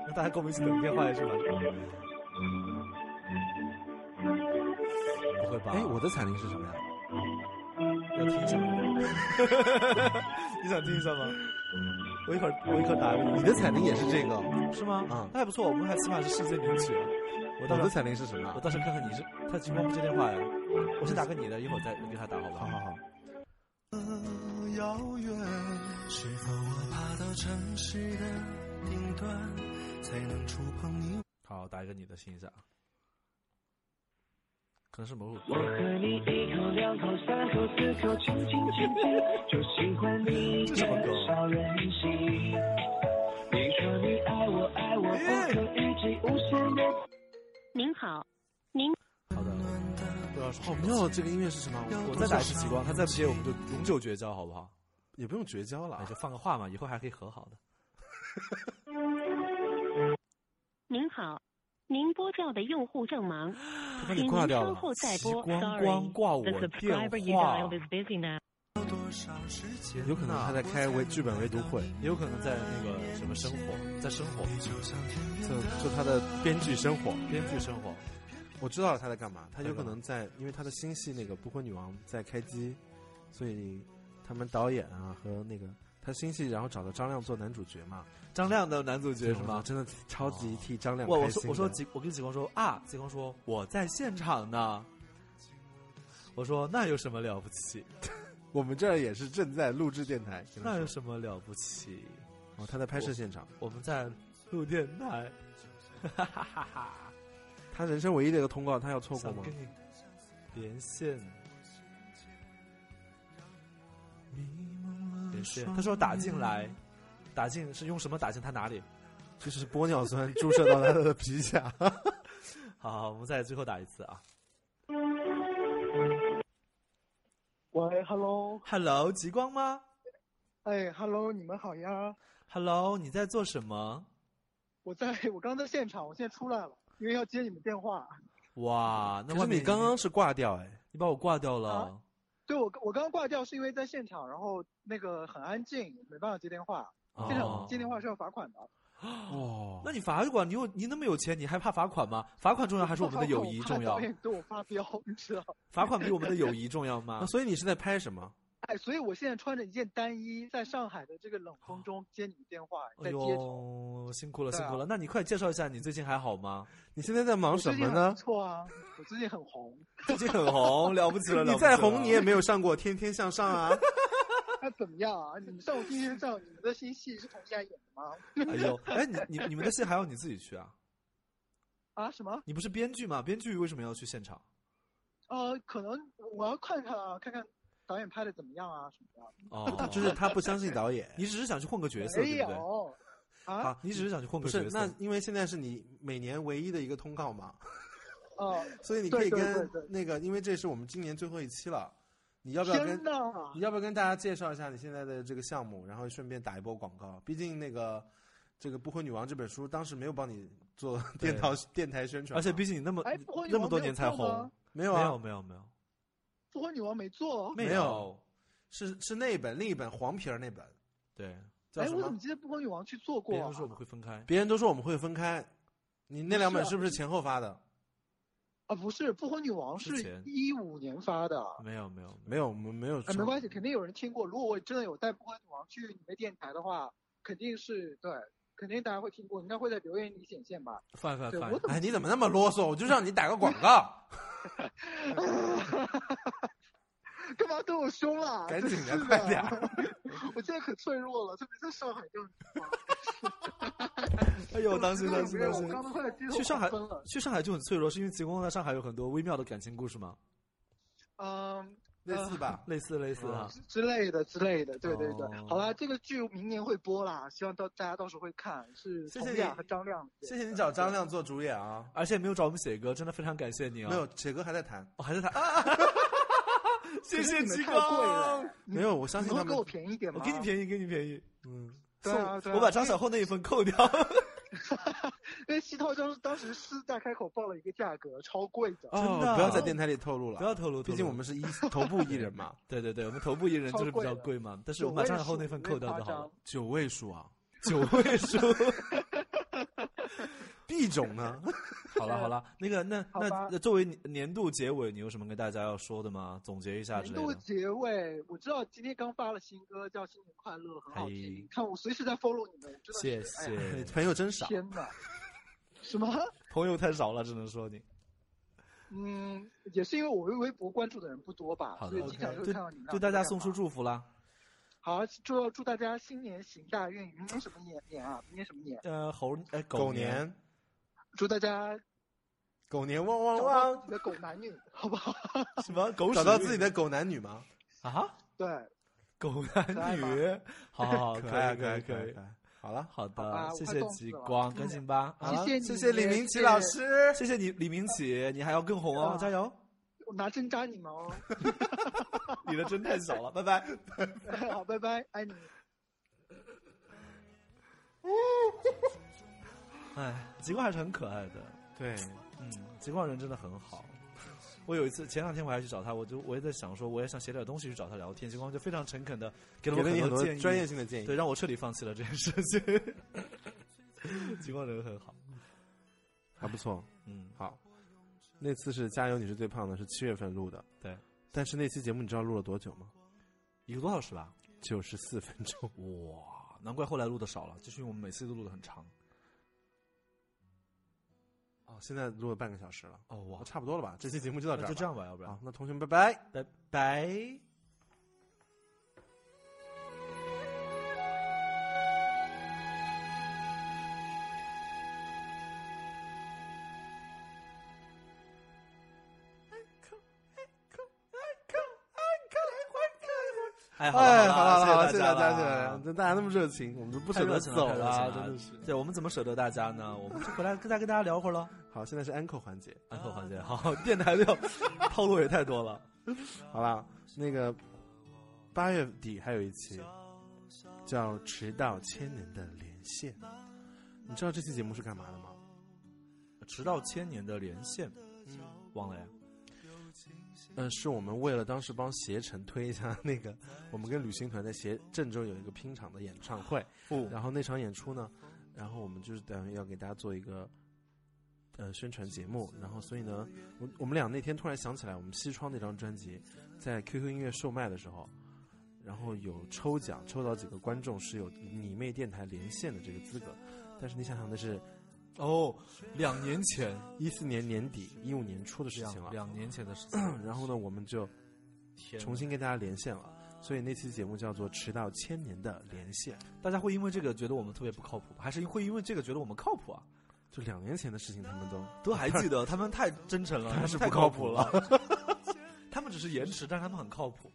S1: 那大家跟我们一起等电话也是吧？不会吧？
S2: 哎，我的彩铃是什么呀？
S1: 要听一下 吗？你想听一下吗？我一会儿我一会儿打给
S2: 你的彩铃也是这个？
S1: 你，是吗？
S2: 嗯
S1: 那还不错，我们还起码是世界名曲。啊我到
S2: 我
S1: 时
S2: 的
S1: 候
S2: 彩铃是什么
S1: 我
S2: 啊？
S1: 到时候看看你是他情况不接电话呀。我先打个你的，一会儿再给他打，好不
S2: 好好好，呃
S4: 遥远，是否我爬到城市的顶端，才能触碰你？
S1: 好，打一个你的听一下啊，可能是某
S6: 我和你一口两口三口四口，亲亲亲亲，就喜欢你
S1: 这什么歌
S6: 少任性。你说你爱我爱我，无可预计，无限的。
S7: 您好，
S1: 好的，不知道是
S2: 啊好妙，这个音乐是什么？啊
S1: 我
S2: 我
S1: 再打一次极光，他再不接我们就永久绝交，好不好？
S2: 啊也不用绝交了
S1: 哎，
S2: 啊
S1: 就。放个话嘛，以后还可以和好的。
S7: 您好，您拨叫的用户正忙，
S1: 他把
S7: 请
S1: 你
S7: 您
S1: 挂掉
S7: 哎稍
S1: 了
S7: 后，再
S1: 极
S7: 拨。
S1: 光光
S7: Sorry，
S1: 挂我
S7: the
S1: 电
S7: subscriber you
S1: 话
S7: dialed，is busy now。
S4: 要多少时间？
S2: 有可能他在开为剧本唯独会，
S1: 也有可能在那个什么生活，在生活，
S2: 就就他的编剧生活。
S1: 编剧生活。
S2: 我知道了他在干嘛，他有可
S1: 干嘛
S2: 能在，因为他的新戏那个《不婚女王》在开机，所以他们导演啊和那个他新戏，然后找到张亮做男主角嘛，
S1: 张亮的男主角是
S2: 对我
S1: 吗？
S2: 真的超级替张亮
S1: 我我
S2: 开
S1: 说
S2: 心
S1: 我说
S2: 的
S1: 极，我跟极光说啊，极光说我在现场呢。我说那有什么了不起？
S2: 我们这儿也是正在录制电台，跟他
S1: 那有
S2: 说
S1: 什么了不起？
S2: 哦，他在拍摄现场，
S1: 我们在录电台，哈哈哈哈！
S2: 他人生唯一的一个通告，他要错过
S1: 想
S2: 吗
S1: 跟？你连线，连线。他说打进来，打进是用什么打进他哪里？
S2: 就是玻尿酸注射到他的皮下，
S1: 好好，好我们再最后打一次啊。
S8: 喂，Hello，
S1: Hello，极光吗
S8: 哎，Hello，你们好呀！
S1: ？Hello，你在做什么？
S8: 我在我刚在现场，我现在出来了，因为要接你们电话。
S1: 哇， 那
S2: 可
S1: 外
S2: 是
S1: 面
S2: 你刚刚是挂掉哎，
S1: 你把我挂掉了。
S8: 啊对我我刚刚挂掉是因为在现场，然后那个很安静，没办法接电话。现场
S1: 哦
S8: 接电话是要罚款的。
S2: 哦
S1: 那你罚款，你有你那么有钱，你还怕罚款吗？罚款重要还是我们的友谊
S8: 我怕
S1: 重要
S8: 导？演对我发飙，你知道？
S1: 罚款比我们的友谊重要
S2: 那
S1: 吗？
S2: 所以你是在拍什么？
S8: 哎，所以我现在穿着一件单衣，在上海的这个冷风中接你们电话，
S1: 哎
S8: 在街头。
S1: 呦，辛苦了，
S8: 对
S1: 辛
S8: 啊
S1: 苦了。那你快介绍一下你最近还好吗？
S2: 你现在在忙
S8: 我
S2: 什
S8: 最近
S2: 么
S8: 很
S2: 呢
S8: 不？错啊，我最近很红。
S1: 最近很 红，了不起了，了
S2: 你
S1: 不起了
S2: 再红你也没有上过《天天向上》啊。
S8: 那怎么样啊？你们上我今天上，你们的新戏是佟丽娅演的吗？
S1: 哎呦，哎，你你你们的戏还要你自己去啊？
S8: 啊，什么？
S1: 你不是编剧吗？编剧为什么要去现场？
S8: 呃，可能我要看看啊，看看导演拍的怎么样啊，什么样？
S1: 哦，
S2: 就是他不相信导演。
S1: 你只是想去混个角色，
S8: 没
S1: 对不对？
S8: 有啊，
S1: 啊，你只是啊想去混
S2: 不
S1: 个角
S2: 是
S1: 色，，
S2: 那因为现在是你每年唯一的一个通告嘛，
S8: 哦，
S2: 所以你可以
S8: 对对
S2: 跟
S8: 对对
S2: 那个，因为这是我们今年最后一期了，你要不要跟
S8: 天哪
S2: 你！要不要跟大家介绍一下你现在的这个项目，然后顺便打一波广告？毕竟那个这个《不婚女王》这本书当时没有帮你做电台电台宣传嘛，
S1: 而且毕竟你那么
S8: 哎，不婚女
S1: 那
S8: 王
S1: 么多
S8: 没有
S1: 年才
S8: 做吗
S1: 红，
S2: 没
S1: 没
S2: 有
S1: 有
S2: 啊，
S1: 没有没有
S8: 不婚女王没做。哦
S2: 没有
S1: 有，
S2: 是是那本另一本黄皮儿那本
S1: 对，
S2: 叫
S8: 哎，
S2: 什
S8: 我怎么
S2: 么？
S8: 记得不婚女王去做
S1: 别
S8: 过
S1: 人
S8: 啊？
S1: 说我们会分开，
S2: 别人都说我们会分开，你那两本
S8: 是啊
S2: 是不是前后发的？
S8: 啊，不是，不婚女王
S1: 之
S8: 是
S1: 前嗯
S8: 一五年发的。啊
S1: 没有没有没有，
S2: 没有，我们没有
S8: 哎，
S2: 说。
S8: 没关系，肯定有人听过。如果我真的有带不婚女王去你们电台的话，肯定是对，肯定大家会听过，应该会在留言里显现吧？
S1: 放放
S8: 对
S1: 放
S8: 我，怎么
S2: 哎，你怎
S1: 啊
S2: 么那么啰嗦？我就让你打个广告。
S8: 干嘛对我凶啦？
S2: 赶紧的
S8: 啊真是
S1: 啊
S2: 快点儿！
S8: 我现在可脆弱了，特别在上海这样的地方。
S1: 哎呦，当心当心
S8: 没有
S1: 当
S8: 我
S1: 心！
S8: 刚刚快点接受
S1: 去上海
S8: 狂奔了。
S1: 去上海就很脆弱，是因为济公在上海有很多微妙的感情故事吗？
S8: 嗯，
S2: 类似吧？
S1: 类似类似啊，
S8: 之之类的之类的，对对对。
S1: 哦
S8: 好啦，这个剧明年会播啦，希望到大家到时候会看，是
S2: 谢
S8: 佟
S2: 谢
S8: 丽娅
S2: 你
S8: 和张亮。
S2: 谢谢你找张亮做主演啊！
S1: 而且没有找我们写歌，真的非常感谢你啊！
S2: 没有，铁哥还在谈。
S1: 哦，还在他 啊！ 谢谢
S8: 你们
S1: 济
S8: 太
S1: 公，
S8: 贵 了，
S2: 没有，我相
S8: 你
S2: 信
S8: 能
S2: 他
S8: 给
S2: 们
S8: 我。便宜一点
S1: 我
S8: 吗？
S1: 给你便宜，给你便宜。嗯，
S8: 对啊
S1: 送
S8: 对啊
S1: 我把张小厚那一份扣掉。
S8: 因为西涛当时当时狮子大开口报了一个价格，超贵的。
S1: 真的
S2: 哦
S1: 啊
S2: 不要在电台里透露了，
S1: 不要透露，
S2: 毕
S1: 透
S2: 竟
S1: 露
S2: 我们是一头部艺人嘛，
S1: 对对对，我们头部艺人就是比较
S8: 超贵的
S1: 贵嘛，但是
S8: 九
S1: 我们把
S8: 位
S1: 张小厚
S8: 数
S1: 那份
S8: 有
S1: 扣掉
S8: 点夸
S1: 就好了
S8: 张。
S2: 九位 数啊，
S1: 九位数，
S2: 币种呢？
S1: 好了好了，那个那
S8: 好
S1: 那
S8: 吧
S1: 那作为年年度结尾，你有什么跟大家要说的吗？总结一下之
S8: 年
S1: 类
S8: 度
S1: 的。
S8: 结尾，我知道今天刚发了新歌叫《新年快乐》，很好
S1: 哎
S8: 听。看我随时在 follow 你们，我真的
S1: 谢
S8: 是哎呀
S1: 谢，
S2: 朋友真少，
S8: 天哪！什么？
S1: 朋友太少了，只能说你。
S8: 嗯，也是因为我微微博关注的人不多吧，
S1: 好
S8: 所
S1: 的
S8: 以经常就
S1: 对
S8: 看到你们。
S1: 对大家送出。祝福啦。
S8: 好，祝祝大家新年行大运，明年什么年年啊？明年什么年？
S1: 呃，猴呃
S2: 狗
S1: 年，
S2: 年，
S8: 祝大家
S2: 狗年汪汪
S8: 找到
S2: 汪
S8: 自，己的狗男女，好不好？
S1: 什 么狗
S2: 找到自己
S1: 的
S2: 的狗男女吗？
S1: 啊？
S8: 对，
S1: 狗
S8: 可
S1: 男
S8: 爱
S1: 女， 好好好，
S2: 可
S1: 以
S2: 爱
S1: 哦可
S2: 爱
S1: 可
S2: 可
S1: 以，
S2: 爱，好了，
S1: 好
S8: 好吧
S1: 的，
S8: 我
S1: 谢
S8: 快
S1: 谢
S8: 冻死
S1: 极
S8: 了
S1: 光，赶紧吧
S8: 谢
S1: 啊！
S8: 谢你
S2: 谢谢李明
S8: 谢
S2: 启
S8: 谢
S2: 老师，
S1: 谢谢你，李明启，你还要更红哦，
S8: 啊
S1: 加 油！
S8: 我拿针扎你们哦。
S1: 你的针太少了，拜拜。
S8: 好，拜拜，爱你。
S1: 哎，极光还是很可爱的，
S2: 对，
S1: 嗯，极光人真的很好。我有一次，前两天我还去找他，我就我也在想说，我也想写点东西去找他聊天。极光就非常诚恳的给
S2: 给
S1: 了我
S2: 了你很
S1: 多
S2: 多
S1: 建议，
S2: 专业性的建议
S1: 对，。让我彻底放弃了这件事情。极光人很好，
S2: 还不错。
S1: 嗯，
S2: 好，那次是《加油你是最胖的》，是七月份录的。
S1: 对，
S2: 但是那期节目你知道录了多久吗？
S1: 一个多小时吧。
S2: 九十四分 钟。
S1: 哇，难怪后来录的少了，就是因为我们每次都录的很长。
S2: 哦，现在录了半个小时了，
S1: 哦哇
S2: 哦，差不多了吧？这期节目就到这
S1: 那
S2: 儿，
S1: 就这。样吧，啊要不然
S2: 好，，那同学们，拜拜。
S1: 拜拜。哎，好
S2: 哎，
S1: 了
S2: 好
S1: 了，
S2: 好了，
S1: 谢
S2: 谢
S1: 谢
S2: 大
S1: 家了
S2: 家，谢谢大家，，这大家那么热情，我们都不舍得走
S1: 啊，
S2: 啊，真的是。
S1: 对，我们怎么舍得大家呢？我们就回来跟再跟大家聊会儿 喽。
S2: 好，现在是 uncle 环节，
S1: 安可环节，好， 电台的套路也太多了。
S2: 好吧？那个八月底还有一期叫《迟到千年的连线》，你知道这期节目是干嘛的吗？
S1: 迟到千年的连线，忘了呀。
S2: 嗯，是我们为了当时帮携程推一下那个，我们跟旅行团在携郑州有一个拼场的演唱会，
S1: 不
S2: 然后那场演出呢，然后我们就是等于要给大家做一个呃宣传节目，然后所以呢，我我们俩那天突然想起来，我们西窗那张专辑在 QQ 音乐售卖的时候，然后有抽奖，抽到几个观众是有你妹电台连线的这个资格，但是你想想那是
S1: 哦，两年前，
S2: 一四年年底一五年初的事情
S1: 两
S2: 了，
S1: 两年前的事 情，
S2: 然后呢，我们就。
S1: 天哪
S2: 重新跟大家连线了。所以那期节目叫做《迟到千年的连线》，
S1: 大家会因为这个觉得我们特别不靠谱，还是会因为这个觉得我们靠谱啊？
S2: 就两年前的事情，他们都
S1: 都还记得，他们太真诚了，
S2: 当
S1: 他
S2: 然
S1: 们
S2: 是
S1: 太
S2: 不靠
S1: 谱
S2: 谱
S1: 了。 他们只是延迟，但是他们很靠谱。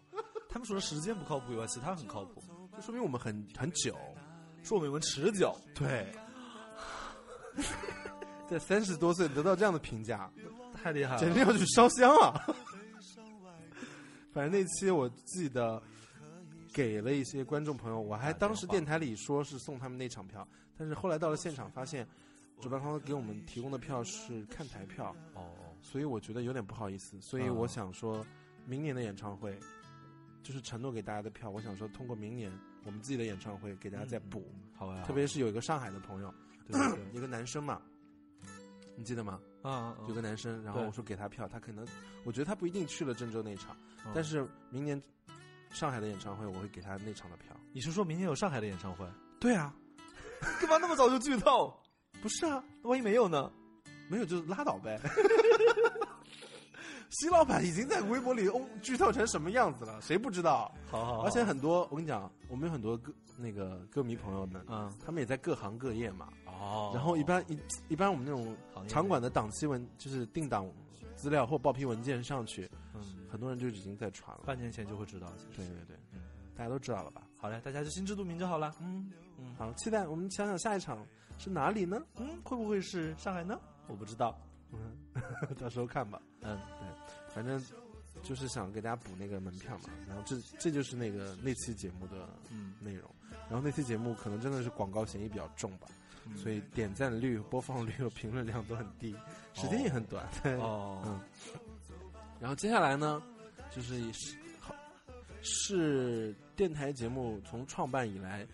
S1: 他们除了时间不靠谱以外，其他很靠谱。
S2: 就说明我们很很久，
S1: 说我们持久，
S2: 对， 在三十多岁得到这样的评价，
S1: 太厉害
S2: 简
S1: 了。
S2: 直要去烧香啊！反正那期我记得给了一些观众朋友，我还当时电台里说是送他们那场票，但是后来到了现场发现，主办方给我们提供的票是看台票，
S1: 哦，
S2: 所以我觉得有点不好意思，所以
S1: 嗯
S2: 我想说，明年的演唱会，就是承诺给大家的票，我想说通过明年我们自己的演唱会给大家再补，
S1: 好啊呀，
S2: 特别是有一个上海的朋友，
S1: 对对对
S2: 有个男生嘛，你记得吗？
S1: 啊，
S2: 有个男生，然后
S1: 对
S2: 我说给他票，他可能，我觉得他不一定去了郑州那场，
S1: 嗯
S2: 但是明年上海的演唱会我会给他那场的票。
S1: 你是说明年有上海的演唱会？
S2: 对 啊，
S1: 干嘛那么早就剧透？
S2: 不是啊，
S1: 万一没有呢？
S2: 没有就拉倒呗。西老板已经在微博里哦剧透成什么样子了，谁不知道？
S1: 好好好，
S2: 而且很多，我跟你讲，我们有很多歌那个歌迷朋友们，
S1: 嗯
S2: 他们也在各行各业嘛。
S1: 哦，
S2: 然后一般一一般我们那种
S1: 行业
S2: 场馆的档期文就是定档资料或报批文件上去，
S1: 嗯，
S2: 很多人就已经在传了。
S1: 半年前就会知道。其实
S2: 对对对，嗯大家都知道了吧？
S1: 好嘞，大家就心知肚明就好了。
S2: 嗯
S1: 嗯
S2: 好，期待我们想想下一场是哪里呢？
S1: 嗯，会不会是上海呢？我不知道。
S2: 嗯， 到时候看吧。
S1: 嗯，
S2: 反正就是想给大家补那个门票嘛。然后这这就是那个那期节目的
S1: 嗯
S2: 内容。然后那期节目可能真的是广告嫌疑比较重吧，
S1: 嗯
S2: 所以点赞率、播放率和评论量都很低，时间也很短。对
S1: 哦，
S2: 嗯 然后接下来呢，就是以是好是电台节目从创办以来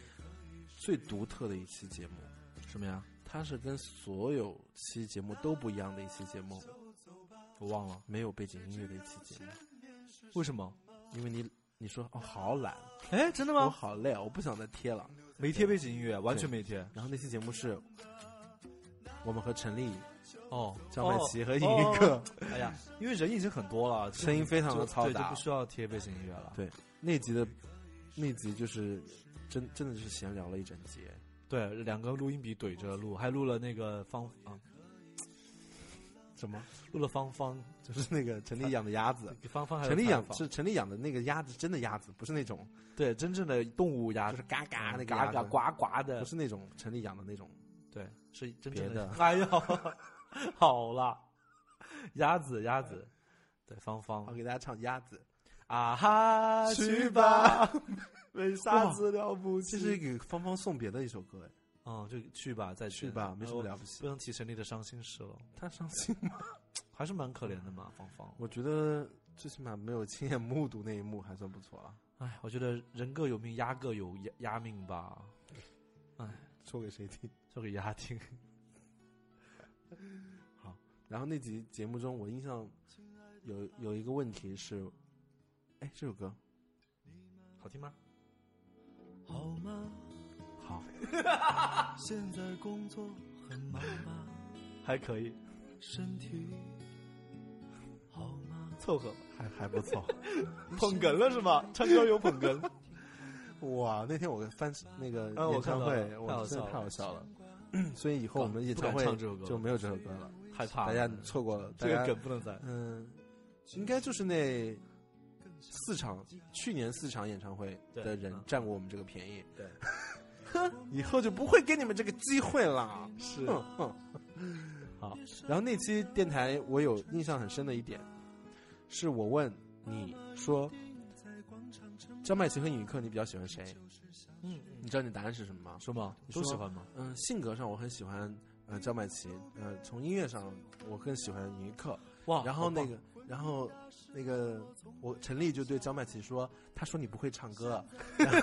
S2: 最独特的一期节目，
S1: 什么呀？
S2: 它是跟所有期节目都不一样的一期节目，
S1: 我忘了。
S2: 没有背景音乐的一期节目，
S1: 为什么？
S2: 因为你你说哦好懒，
S1: 哎，真的
S2: 我
S1: 啊吗？
S2: 好累，啊我不想再贴了。
S1: 没贴背景音乐，完全
S2: 对
S1: 没贴。
S2: 然后那期节目是我们和陈丽
S1: 哦，
S2: 张曼琪和尹
S1: 哦
S2: 一个。
S1: 哎呀，因为人已经很多了，
S2: 声音非常的
S1: 就
S2: 嘈
S1: 对就
S2: 杂
S1: 不需要贴背景音乐了。
S2: 对那集的那集就是真真的是闲聊了一整节，
S1: 对，两个录音笔怼着录，还录了那个方啊，
S2: 什么？
S1: 录了芳芳，
S2: 就是那个陈丽养的鸭子，
S1: 芳芳还有
S2: 陈丽
S1: 采
S2: 养
S1: 访
S2: 是陈丽养的那个鸭子，真的鸭子，不是那种，
S1: 对真正的动物鸭，
S2: 就是嘎嘎那个
S1: 嘎
S2: 鸭
S1: 嘎
S2: 子，
S1: 呱呱的
S2: 不，是那种陈丽养的那种。
S1: 对，是真
S2: 别
S1: 正的
S2: 的。
S1: 哎呦，好啦，鸭子鸭子，对芳
S2: 我
S1: 芳
S2: 给大家唱鸭子，
S1: 哦啊哈去
S2: 去
S1: 吧，
S2: 吧，为
S1: 啥
S2: 子了不起？这是给芳芳送别的一首歌，哎，
S1: 嗯，就去吧，再哎
S2: 去吧，没什么了不起
S1: 不。能提陈丽的伤心事了，
S2: 他伤心吗？
S1: 还是蛮可怜的嘛，芳芳。
S2: 我觉得最起码没有亲眼目睹那一幕，还算不错了。啊
S1: 哎，我觉得人各有命，鸭各有鸭鸭命吧，
S2: 说给谁听？
S1: 说给鸭听。
S2: 然后那集节目中，我印象有有一个问题是，哎，这首歌
S1: 好听吗？
S4: 好吗？
S2: 好，
S4: 现在工作很忙吧？
S1: 还可以，
S4: 身体好吗？
S1: 凑合吧。
S2: 还还不 错。
S1: 捧哏了是 吗？唱歌有捧哏，
S2: 哇，那天我翻那个
S1: 啊我
S2: 演唱会，
S1: 看到了
S2: 我真的
S1: 太
S2: 太
S1: 好
S2: 好笑了。所以以后我们演唱
S1: 不
S2: 会
S1: 敢唱这首歌了
S2: 就没有这首歌了，
S1: 害怕
S2: 大家错过了。大
S1: 这个
S2: 家
S1: 梗不能再。
S2: 嗯，应该就是那四场，去年四场演唱会的
S1: 对
S2: 人
S1: 嗯
S2: 占过我们这个便宜。
S1: 对，
S2: 哼，以后就不会给你们这个机会了。
S1: 是
S2: 哼哼。
S1: 好，
S2: 然后那期电台我有印象很深的一点，是我问你说，张曼琪和尹克你比较喜欢谁？
S1: 嗯，
S2: 你知道你答案是什么吗？
S1: 说嘛，
S2: 你
S1: 都
S2: 说
S1: 喜欢吗？
S2: 嗯，性格上我很喜欢呃张曼琪，呃，从音乐上我更喜欢尹克。
S1: 哇
S2: 然后那
S1: 好
S2: 个，然后那个，我陈丽就对张曼琪说：“她说你不会唱 歌。然后”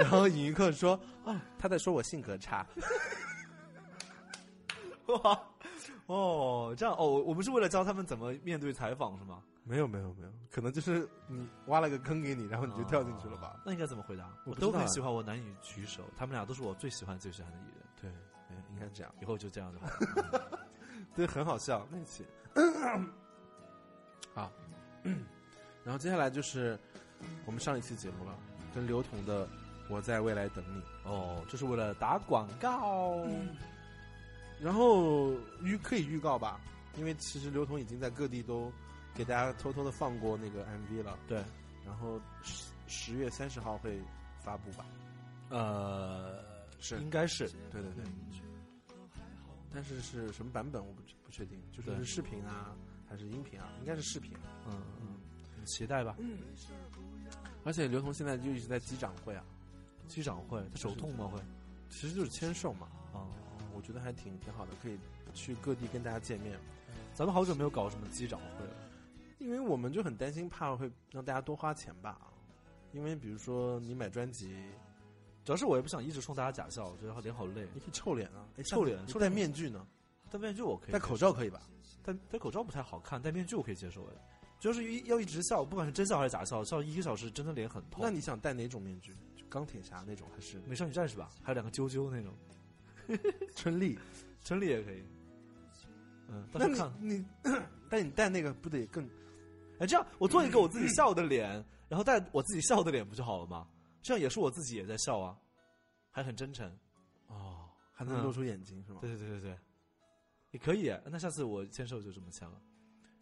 S2: 然后尹一克说：“啊、他在说我性格差。
S1: 哇 哦，这样哦，我们是为了教他们怎么面对采访是吗？”
S2: 没有没有没有，可能就是你挖了个坑给你，然后你就跳进去了吧
S1: 啊？那应该怎么回答？
S2: 我不知道
S1: 都很
S2: 啊
S1: 喜欢，我难以举手。他们俩都是我最喜欢最喜欢的艺人，
S2: 对，对，应该这样。
S1: 以后就这样就好了。
S2: 对，很好笑那期。 好， 然后接下来就是我们上一期节目了，跟刘同的《我在未来等你》。
S1: 哦，就是为了打广告。
S2: 然后预可以预告吧，因为其实刘同已经在各地都给大家偷偷的放过那个 MV 了，
S1: 对，
S2: 然后十十月三十号会发布吧？
S1: 呃，
S2: 是
S1: 应该是嗯
S2: 对对对，但是是什么版本我不不确定，就是
S1: 对
S2: 是视频啊还是音频啊？应该是视频。
S1: 嗯嗯，你期待吧。
S2: 而且刘同现在就一直在机长会啊，
S1: 机长会，他手痛吗？会
S2: 其实就是签售嘛，
S1: 啊。
S2: 我觉得还挺挺好的，可以去各地跟大家见面。
S1: 咱们好久没有搞什么机长会了。
S2: 因为我们就很担心，怕会让大家多花钱吧。因为比如说你买专辑，
S1: 主要是我也不想一直冲大家假笑，我觉得脸好累。
S2: 你可以臭脸啊，哎
S1: 臭脸
S2: 下次
S1: 臭
S2: 戴
S1: 脸
S2: 面具呢，
S1: 戴嗯面具我可以，
S2: 戴口罩可以吧？
S1: 戴戴口罩不太好看，戴面具我可以接受哎。主要是一要一直笑，不管是真笑还是假笑，笑一个小时真的脸很痛。
S2: 那你想戴哪种面具？就钢铁侠那种还 是
S1: 美少女战士吧，还有两个啾啾那种，
S2: 春丽？
S1: 真理也可以。嗯，到
S2: 那
S1: 时候
S2: 你
S1: 看
S2: 你，但你戴那个不得更
S1: 哎，这样我做一个我自己笑的 脸，然后带我自己笑的脸不就好了吗？这样也是我自己也在笑啊，还很真诚。
S2: 哦，还能露出眼睛、是吗？
S1: 嗯对对对对对，也可以。那下次我签售就这么签了，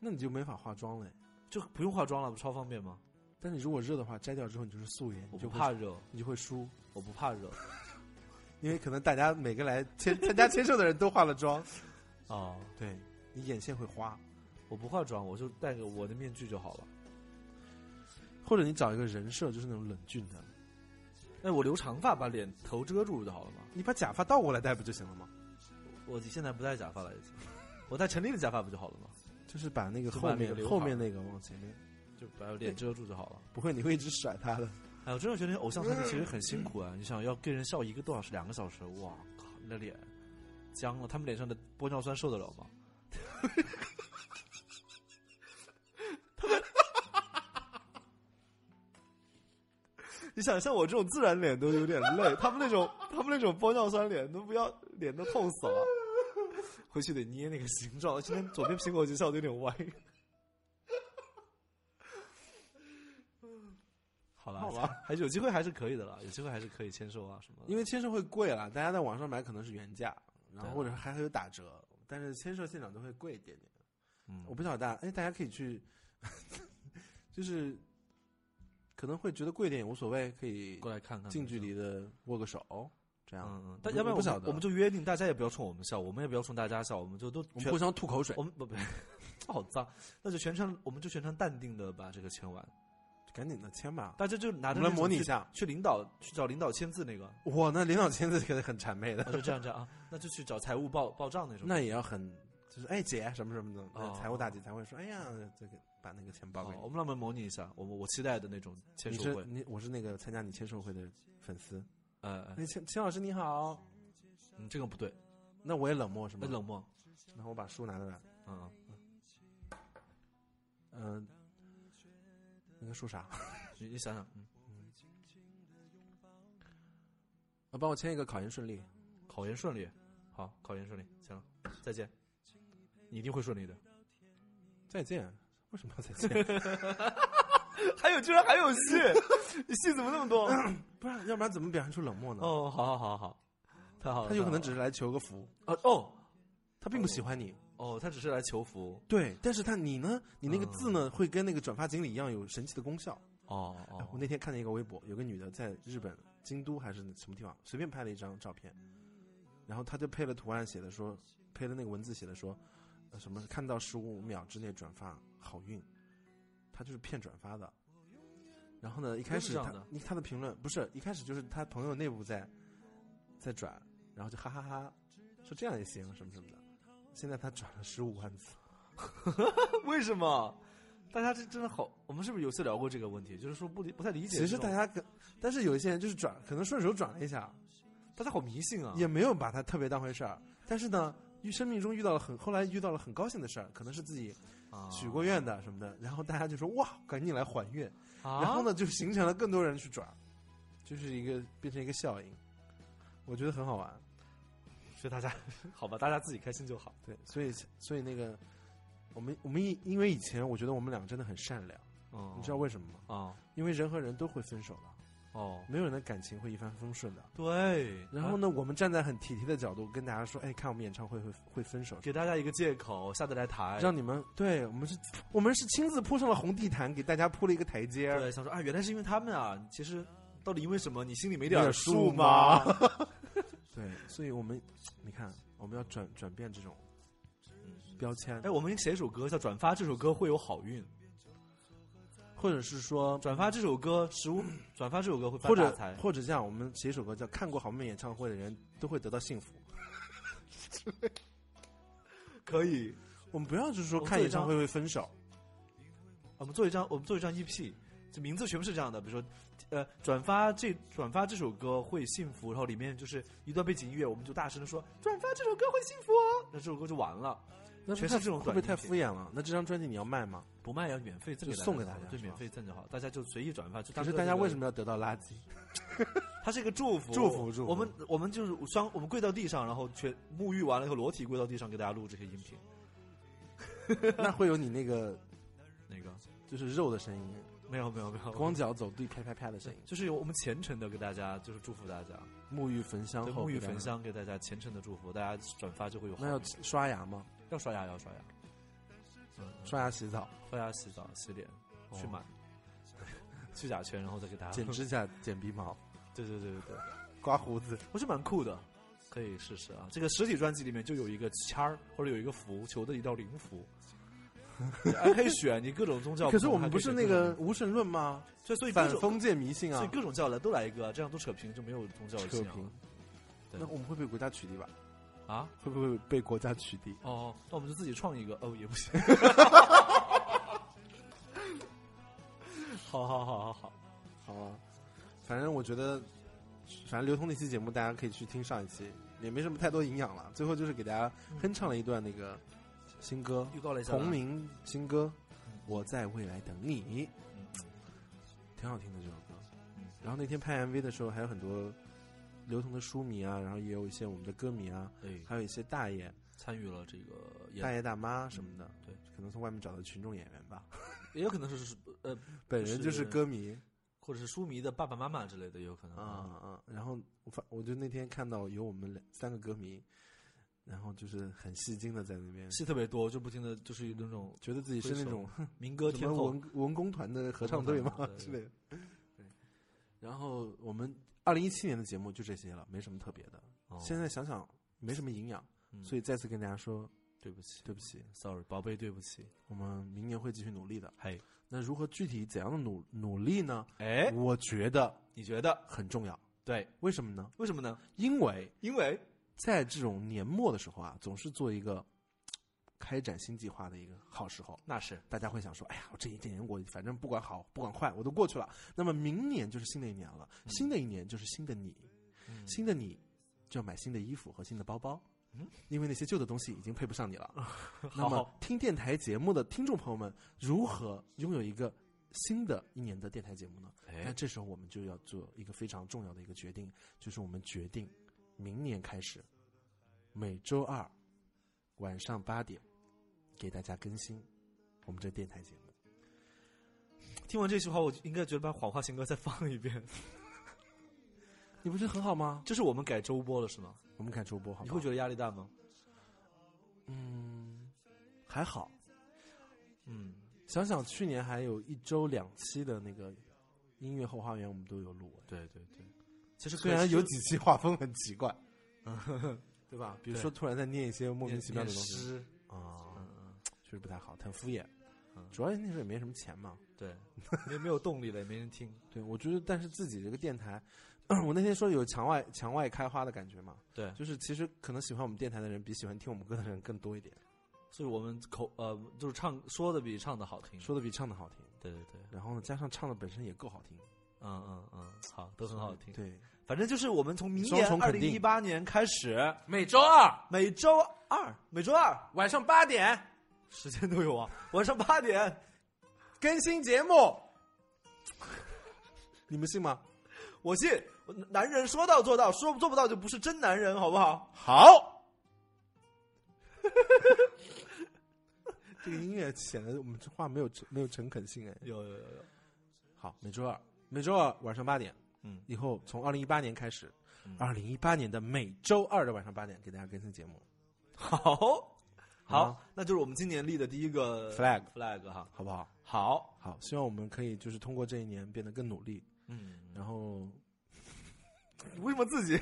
S2: 那你就没法化妆了。
S1: 就不用化妆了，不超方便吗？
S2: 但你如果热的话，摘掉之后你就是素颜，
S1: 我不
S2: 你就会
S1: 怕热，
S2: 你就会输，
S1: 我不怕热。
S2: 因为可能大家每个来签参加签售的人都化 了妆，
S1: 哦，
S2: 对你眼线会花，
S1: 我不化妆，我就戴个我的面具就好了。
S2: 或者你找一个人设就是那种冷峻的，
S1: 哎，我留长发，把脸头遮住就好了嘛。
S2: 你把假发倒过来戴不就行了吗？
S1: 我现在不戴假发了，已经。我戴陈丽的假发不就好了吗？
S2: 就是把那个
S1: 就
S2: 后
S1: 把那
S2: 面
S1: 个刘海
S2: 后面那个往前面，
S1: 就把脸遮住就好了。
S2: 不会你会一直甩它的。
S1: 哎，我真的觉得偶像团体其实很辛苦啊！你想要跟人笑一个多小时、两个小时，哇靠，你的脸僵了，他们脸上的玻尿酸受得了吗？他 们，你想像我这种自然脸都有点累，他们那种他们那种玻尿酸脸都不要脸都痛死了，回去得捏那个形状。今天左边苹果肌笑的有点歪。好了，
S2: 好吧，
S1: 还是有机会还是可以的了，有机会还是可以签售啊什么的。
S2: 因为签售会贵了，大家在网上买可能是原价，然
S1: 对啊
S2: 后或者还会有打折，但是签售现场都会贵一点点。
S1: 嗯
S2: 我不晓得大家，哎，大家可以去， 就是可能会觉得贵一点也无所谓，可以
S1: 过来看看，
S2: 近距离的握个手，这样。
S1: 嗯嗯，
S2: 我
S1: 但要不然
S2: 我
S1: 我
S2: 不晓
S1: 们
S2: 得，
S1: 我们就约定，大家也不要冲我们笑，我们也不要冲大家笑，我们就都
S2: 我们
S1: 全
S2: 互相吐口水
S1: 我，们不不， 好脏，那就全程我们就全程淡定的把这个签完，
S2: 赶紧的签吧。
S1: 大家就拿着
S2: 我们
S1: 那
S2: 来
S1: 种
S2: 模拟一
S1: 去
S2: 下
S1: 去领导去找领导签字那个，
S2: 我呢，领导签字可能很谄媚
S1: 啊
S2: 的，
S1: 就这样这样啊，那就去找财务报报账那种。
S2: 那也要很就是哎姐什么什么的，那
S1: 哦
S2: 财务大姐才会说，哎呀，这个把那个钱包
S1: 好
S2: 给，你
S1: 我。们让我们模拟一下，我们我期待的那种签
S2: 你
S1: 售
S2: 是
S1: 会，
S2: 你，我是那个参加你签售会的粉丝。
S1: 呃，呃
S2: 哎，钱钱老师你好，
S1: 嗯，这个不对，
S2: 那我也哎冷漠是吗
S1: 那？冷漠，
S2: 然后我把书拿出来，
S1: 嗯，
S2: 嗯、那个书啥？
S1: 你你想想，嗯，
S2: 啊，帮我签一个考研顺利。
S1: 考研顺利，好，考研顺利，行了，再见，你一定会顺利的。
S2: 再见。 为什么要再见？
S1: 还有居然还有 戏，你戏怎么那么多？
S2: 不然，要不然怎么表现出冷漠呢？
S1: 哦，好好好好好，太好了。
S2: 他有可能
S1: 太
S2: 只
S1: 好
S2: 是来求个福，
S1: 了啊哦
S2: 他并不喜欢你。
S1: 哦，他只是来求福
S2: 对，但是他你呢？你那个字呢，会跟那个转发锦鲤一样有神奇的功效。
S1: 哦
S2: 哎我
S1: 哦
S2: 那天看见一个微博，有个女的在日本京都还是什么地方，随便拍了一张照片，然后她就配了图案，写的说，配了那个文字写的说，呃、什么看到十五秒之内转发好运，她就是骗转发的。然后呢，一开
S1: 都是
S2: 始
S1: 这样
S2: 她
S1: 的
S2: 你她的评论不是一开始就是她朋友内部在在转，然后就哈哈哈说这样也行什么什么的。现在她转了十五万次，
S1: 为什么？大家这真的好，我们是不是有次聊过这个问题？就是说不理不太理解
S2: 其
S1: 这种。
S2: 实大家可，但是有一些人就是转，可能顺手转了一下，
S1: 大家好迷信啊，
S2: 也没有把它特别当回事儿。但是呢，遇生命中遇到了很，后来遇到了很高兴的事儿，可能是自己
S1: 啊
S2: 许过愿的什么的，然后大家就说哇，赶紧来还愿，
S1: 啊。
S2: 然后？呢就形成了更多人去转，就是一个变成一个效应，我觉得很好玩。
S1: 所以大家好吧，大家自己开心就好。
S2: 对，所以所以那个我们我们以因为以前我觉得我们俩真的很善良，
S1: 嗯，
S2: 你知道为什么吗？
S1: 啊？
S2: 因为人和人都会分手的，
S1: 哦，
S2: 没有人的感情会一帆风顺的。
S1: 啊对。
S2: 然后呢，我们站在很体贴的角度跟大家说，哎，看我们演唱会会会分手
S1: 啊？，给大家一个借口下得来台，
S2: 让你们对我们是，我们是亲自铺上了红地毯，给大家铺了一个台阶儿。
S1: 对想说啊，原来是因为他们啊，其实到底因为什么？你心里没
S2: 有
S1: 点
S2: 点数
S1: 数吗？
S2: 对，所以我们，你看，我们要转转变这种
S1: 嗯
S2: 标签
S1: 哎，，我们写一首歌叫《转发》，这首歌会有好运。
S2: 或者是说，
S1: 转发这首歌十 五，转发这首歌会发
S2: 或
S1: 大
S2: 者
S1: 财。
S2: 或者这样，我们写一首歌叫《看过好妹妹演唱会的人都会得到幸福》。
S1: 可以，
S2: 我们不要就是说
S1: 我们
S2: 看
S1: 做一
S2: 演唱会会分手，
S1: 我们做一张，我们做一张 EP，这名字全部是这样的，比如说，呃，转发这转发这首歌会幸福，然后里面就是一段背景音乐，我们就大声的说转发这首歌会幸福哦，那这首歌就完了，
S2: 那
S1: 全
S2: 不
S1: 是
S2: 太
S1: 这种
S2: 会不会
S1: 短音
S2: 太
S1: 频
S2: 敷衍了？那这张专辑你要卖吗？
S1: 不卖要免费赠
S2: 就
S1: 大
S2: 送给
S1: 就好
S2: 大家
S1: 对，
S2: 是
S1: 免
S2: 吧
S1: 费赠就好，大家就随意转发，就
S2: 可
S1: 当
S2: 是
S1: 做
S2: 大
S1: 这
S2: 家
S1: 个
S2: 为什么要得到 垃圾？
S1: 它是一个祝福，
S2: 祝福祝福
S1: 我们我们就是双，我们跪到地上，然后全沐浴完了以后，裸体跪到地上给大家录这些音频。
S2: 那会有你那个
S1: 那个
S2: 就是肉的 声音，
S1: 没有没有没有，
S2: 光脚走地啪啪啪的声音，
S1: 就是有我们虔诚的给大家，就是祝福大家，
S2: 沐浴焚香
S1: 对
S2: 后
S1: 沐浴
S2: 给大家
S1: 焚。香给大家虔诚的祝福，大家转发就会有好
S2: 那要
S1: 运
S2: 刷牙吗？
S1: 要刷牙要刷牙，嗯，
S2: 刷牙、洗澡、
S1: 刷牙、洗澡、洗脸，
S2: 哦
S1: 去买 去甲醛，然后再给大家
S2: 剪指甲、剪鼻毛、
S1: 对对对对对，
S2: 刮胡子。
S1: 我是蛮酷的，可以试试啊。这个实体专辑里面就有一个签儿，或者有一个符，求的一道灵 符，还可以选你各种宗教同。
S2: 可是我们
S1: 还
S2: 不
S1: 以
S2: 是
S1: 选
S2: 那
S1: 各
S2: 个
S1: 种，
S2: 无神论吗？
S1: 所以所以各
S2: 反
S1: 种
S2: 封建迷信
S1: 所以
S2: 啊，
S1: 各种教来都来一个啊，这样都扯平，就没有宗教
S2: 扯
S1: 信仰
S2: 平
S1: 了。对
S2: 那我们会被国家取缔吧？
S1: 啊。
S2: 会不会被国家取缔？
S1: 哦，那我们就自己创一个哦，也不行。 好好好好好，
S2: 好啊，反正我觉得，反正流通那期节目大家可以去听上一期，也没什么太多营养了。最后就是给大家哼唱了一段那个新歌，
S1: 预告了一下吧
S2: 同名新歌《我在未来等你》，
S1: 嗯
S2: 挺好听的这首歌
S1: 嗯。
S2: 然后那天拍 MV 的时候，还有很多刘同的书迷啊，然后也有一些我们的歌迷啊，
S1: 对，
S2: 还有一些大爷、
S1: 参与了这个
S2: 大
S1: 演，
S2: 爷大妈什么的，
S1: 嗯对，
S2: 可能从外面找的群众演员 吧。
S1: 也有可能是呃，
S2: 本人就是歌迷
S1: 或者是书迷的爸爸妈妈之类的，也有可能
S2: 啊啊！然后我发，我就那天看到有我们两三个歌迷，然后就是很戏精的在那边，
S1: 戏特别多，就不停的就是那种
S2: 觉得自己是那种
S1: 民歌
S2: 什
S1: 天
S2: 么
S1: 后，
S2: 文文工团的合唱队
S1: 文工
S2: 嘛
S1: 团
S2: 之类的。对，然后我们二零一七年的节目就这些了，没什么特别的。
S1: 哦
S2: 现在想想没什么营养，
S1: 嗯
S2: 所以再次跟大家说
S1: 对不起
S2: 对不起，
S1: ，sorry，宝贝，对不起，
S2: 我们明年会继续努力的。
S1: 嘿，
S2: 那如何具体怎样的努努力呢？
S1: 哎，
S2: 我觉得
S1: 你觉得
S2: 很重要。
S1: 对？
S2: 为什么呢？
S1: 为什么呢？
S2: 因为
S1: 因为
S2: 在这种年末的时候啊，总是做一个嘖开展新计划的一个好时候。
S1: 那是
S2: 大家会想说：“哎呀，我这一年我反正不管好不管坏，我都过去了。那么明年就是新的一年了，新的一年就是新的你，
S1: 嗯
S2: 新的你就要买新的衣服和新的包包，因为那些旧的东西已经配不上你了。那么听电台节目的听众朋友们，如何拥有一个新的一年的电台节目呢？那
S1: 哎，
S2: 这时候我们就要做一个非常重要的一个决定，就是我们决定明年开始，每周二晚上八点给大家更新我们这电台节目。
S1: 听完这句话，我应该觉得把《谎话情歌》再放一遍。
S2: 你不觉得很好吗？
S1: 这是我们改周播了是吗？
S2: 我们改周播好
S1: 你
S2: 不好，
S1: 会觉得压力大吗？
S2: 嗯还好。
S1: 嗯，
S2: 想想去年还有一周两期的那个音乐后花园，我们都有录。
S1: 对对对，其实
S2: 虽然有几期画风很奇怪， 对吧？比如
S1: 对
S2: 说突然在念一些莫
S1: 莫
S2: 名其妙的东西
S1: 西，
S2: 啊
S1: 嗯，嗯，
S2: 确实不太好，很敷衍
S1: 嗯。
S2: 主要是那时候也没什么钱嘛，
S1: 对， 也没有动力了，也没人听。
S2: 对，我觉得，但是自己这个电台， 我那天说有墙外墙外开花的感觉嘛，
S1: 对，
S2: 就是其实可能喜欢我们电台的人比喜欢听我们歌的人更多一点，
S1: 所以我们口呃，就是唱说的比唱的好听。
S2: 说的比唱的好听，
S1: 对对对，
S2: 然后呢，加上唱的本身也够好听，
S1: 嗯嗯嗯，好，都很好听。
S2: 对，
S1: 反正就是我们从明
S2: 双
S1: 年
S2: 重
S1: 二
S2: 肯
S1: 零一
S2: 定
S1: 八年开始，
S2: 每周二
S1: 每周二每周二
S2: 晚上八点
S1: 时间都有啊， 晚上八点，
S2: 更新节目，你们信吗？
S1: 我信，我男人说到做到，说做不到就不是真男人，好不好？
S2: 好，这个音乐显得我们这话没有没有诚恳性哎。
S1: 有有有有，
S2: 好，每周二，每周二晚上八点，
S1: 嗯
S2: 以后从二零一八年开始
S1: 嗯，
S2: 二零一八年的每周二的晚上八点给大家更新节目，
S1: 好，好
S2: 啊，
S1: 那就是我们今年立的第一个
S2: Flag
S1: flag 哈，
S2: 好不好？
S1: 好，
S2: 好，希望我们可以就是通过这一年变得更努力，
S1: 嗯，
S2: 然后，
S1: 为什么自己？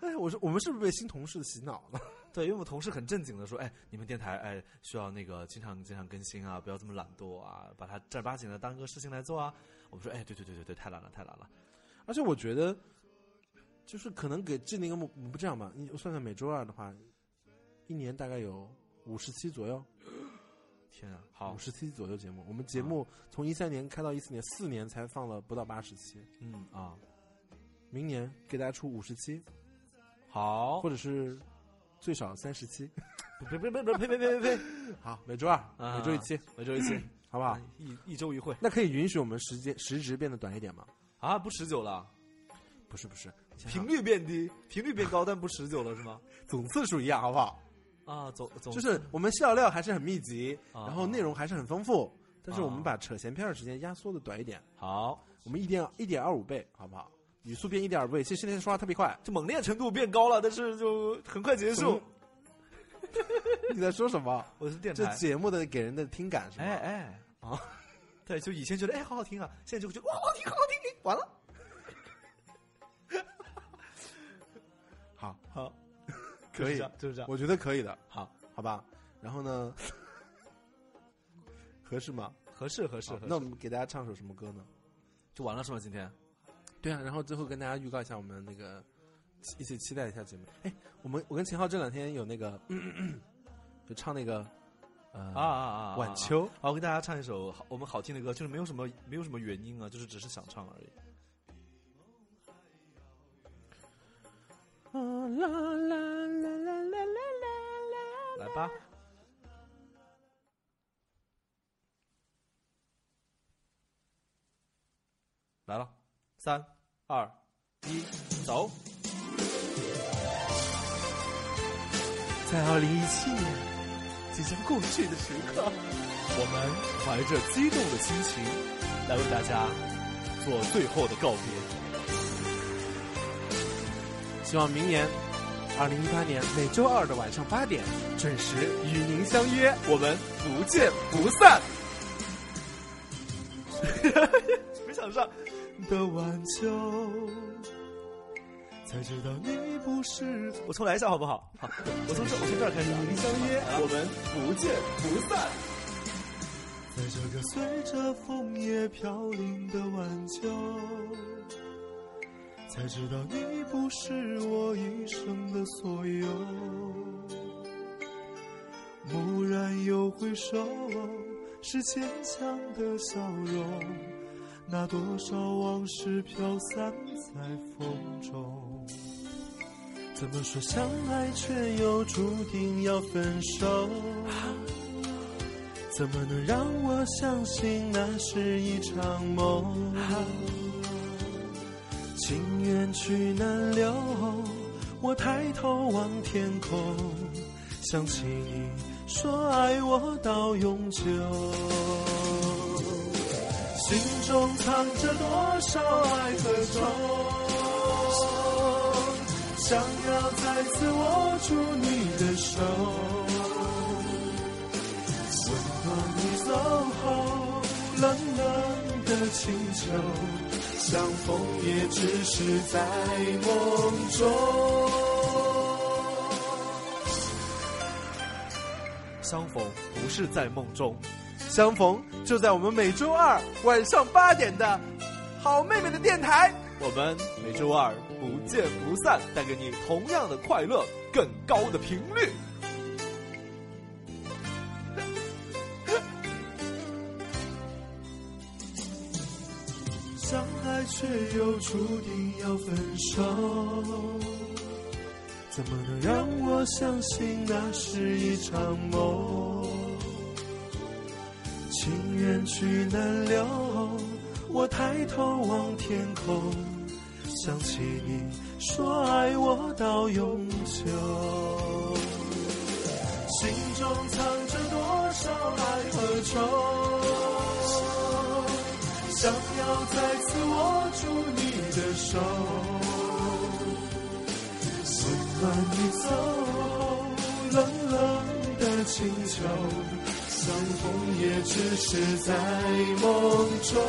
S2: 哎，我说我们是不是被新同事洗脑了？
S1: 对，因为我们同事很正经的说，哎，你们电台哎需要那个经常经常更新啊，不要这么懒惰啊，把它正儿八经的当个事情来做啊。我们说，哎，对对对对对，太懒了，太懒了。
S2: 而且我觉得，就是可能给制定一个目，不这样吧？你我算算每周二的话，一年大概有五十期左右，
S1: 天啊，好
S2: 五，十期左右节目。我们节目从一三年开到一四年，四年才放了不到八十期，
S1: 嗯啊，
S2: 明年给大家出五十期，
S1: 好
S2: 或，者是最少三 十期。
S1: 别别别别别别别别，
S2: 好，每周二，
S1: 啊哎
S2: 每周一期，
S1: 每周一期，
S2: 好不好？
S1: 一一周一会
S2: 那可以允许我们时间时值变得短一点吗？
S1: 啊，不持久了。
S2: 不是不是，
S1: 频率变低，频率变高，但不持久了是吗？
S2: 总次数一样，好不好？
S1: 啊，总总
S2: 就是我们笑料还是很密集，
S1: 啊
S2: 然后内容还是很丰富，但是
S1: 啊
S2: 我们把扯闲篇的时间压缩的短一点，
S1: 好，
S2: 我们一点一点二五倍，好不好？语速变一点二倍，其实现在说话特别快。
S1: 就猛烈程度变高了，但是就很快结
S2: 什么
S1: 束。
S2: 你在说什么？
S1: 我是 电
S2: 这
S1: 台，
S2: 节目的给人的听感是吧？
S1: 哎哎
S2: 啊
S1: 啊， 对，就以前觉得哎好好听啊，现在就会觉得哇好听好好听，完了
S2: 好，
S1: 好，
S2: 可
S1: 就是
S2: 以
S1: 这样就是这样。
S2: 我觉得可以的，
S1: 好，
S2: 好吧？然 后呢，合适吗？
S1: 合适合适
S2: 好
S1: 合适，
S2: 那我们给大家唱首什么歌呢？
S1: 就完了是吗？今天
S2: 对啊，然后最后跟大家预告一下我们那个，一起期待一下节目。哎，我们我跟秦昊这两天有那个，就唱那个，呃
S1: 啊啊啊啊，
S2: 晚秋
S1: 好，我给大家唱一首好我们好听的歌，就是没有什么没有什么原因啊，就是只是想唱而已。
S2: 啊
S1: 来吧，来了，三二一，走。
S2: 在二零一七年即将过去的时刻，
S1: 我们怀着激动的心情，来为大家做最后的告别。
S2: 希望明年二零一八年每周二的晚上八点准时与您相约。
S1: 我们
S2: 不见不散。
S1: 没想嗯上，
S4: 的晚秋，才知道你不是
S1: 我重来一下好不好？好，我从这我从这儿开始啊。相约，我们不见不散。
S4: 在这个随着枫叶飘零的晚秋，才知道你不是我一生的所有。蓦然又回首，是坚强的笑容，那多少往事飘散在风中。怎么说相爱，却又注定要分手？怎么能让我相信那是一场梦？情缘去难留，我抬头望天空，想起你说爱我到永久。心中藏着多少爱和愁，想要再次握住你的手。吻过你走后，冷冷的清秋，相逢也只是在梦中。
S1: 相逢不是在梦中，
S2: 相逢就在我们每周二晚上八点的好妹妹的电台。
S1: 我们每周二不见不散，带给你同样的快乐，更高的频率。
S4: 相爱却又注定要分手，怎么能让我相信那是一场梦？情缘去难留，我抬头望天空，想起你说爱我到永久。心中藏着多少爱和愁，想要再次握住你的手，温暖你走后冷冷的清秋，相逢也只是在梦中。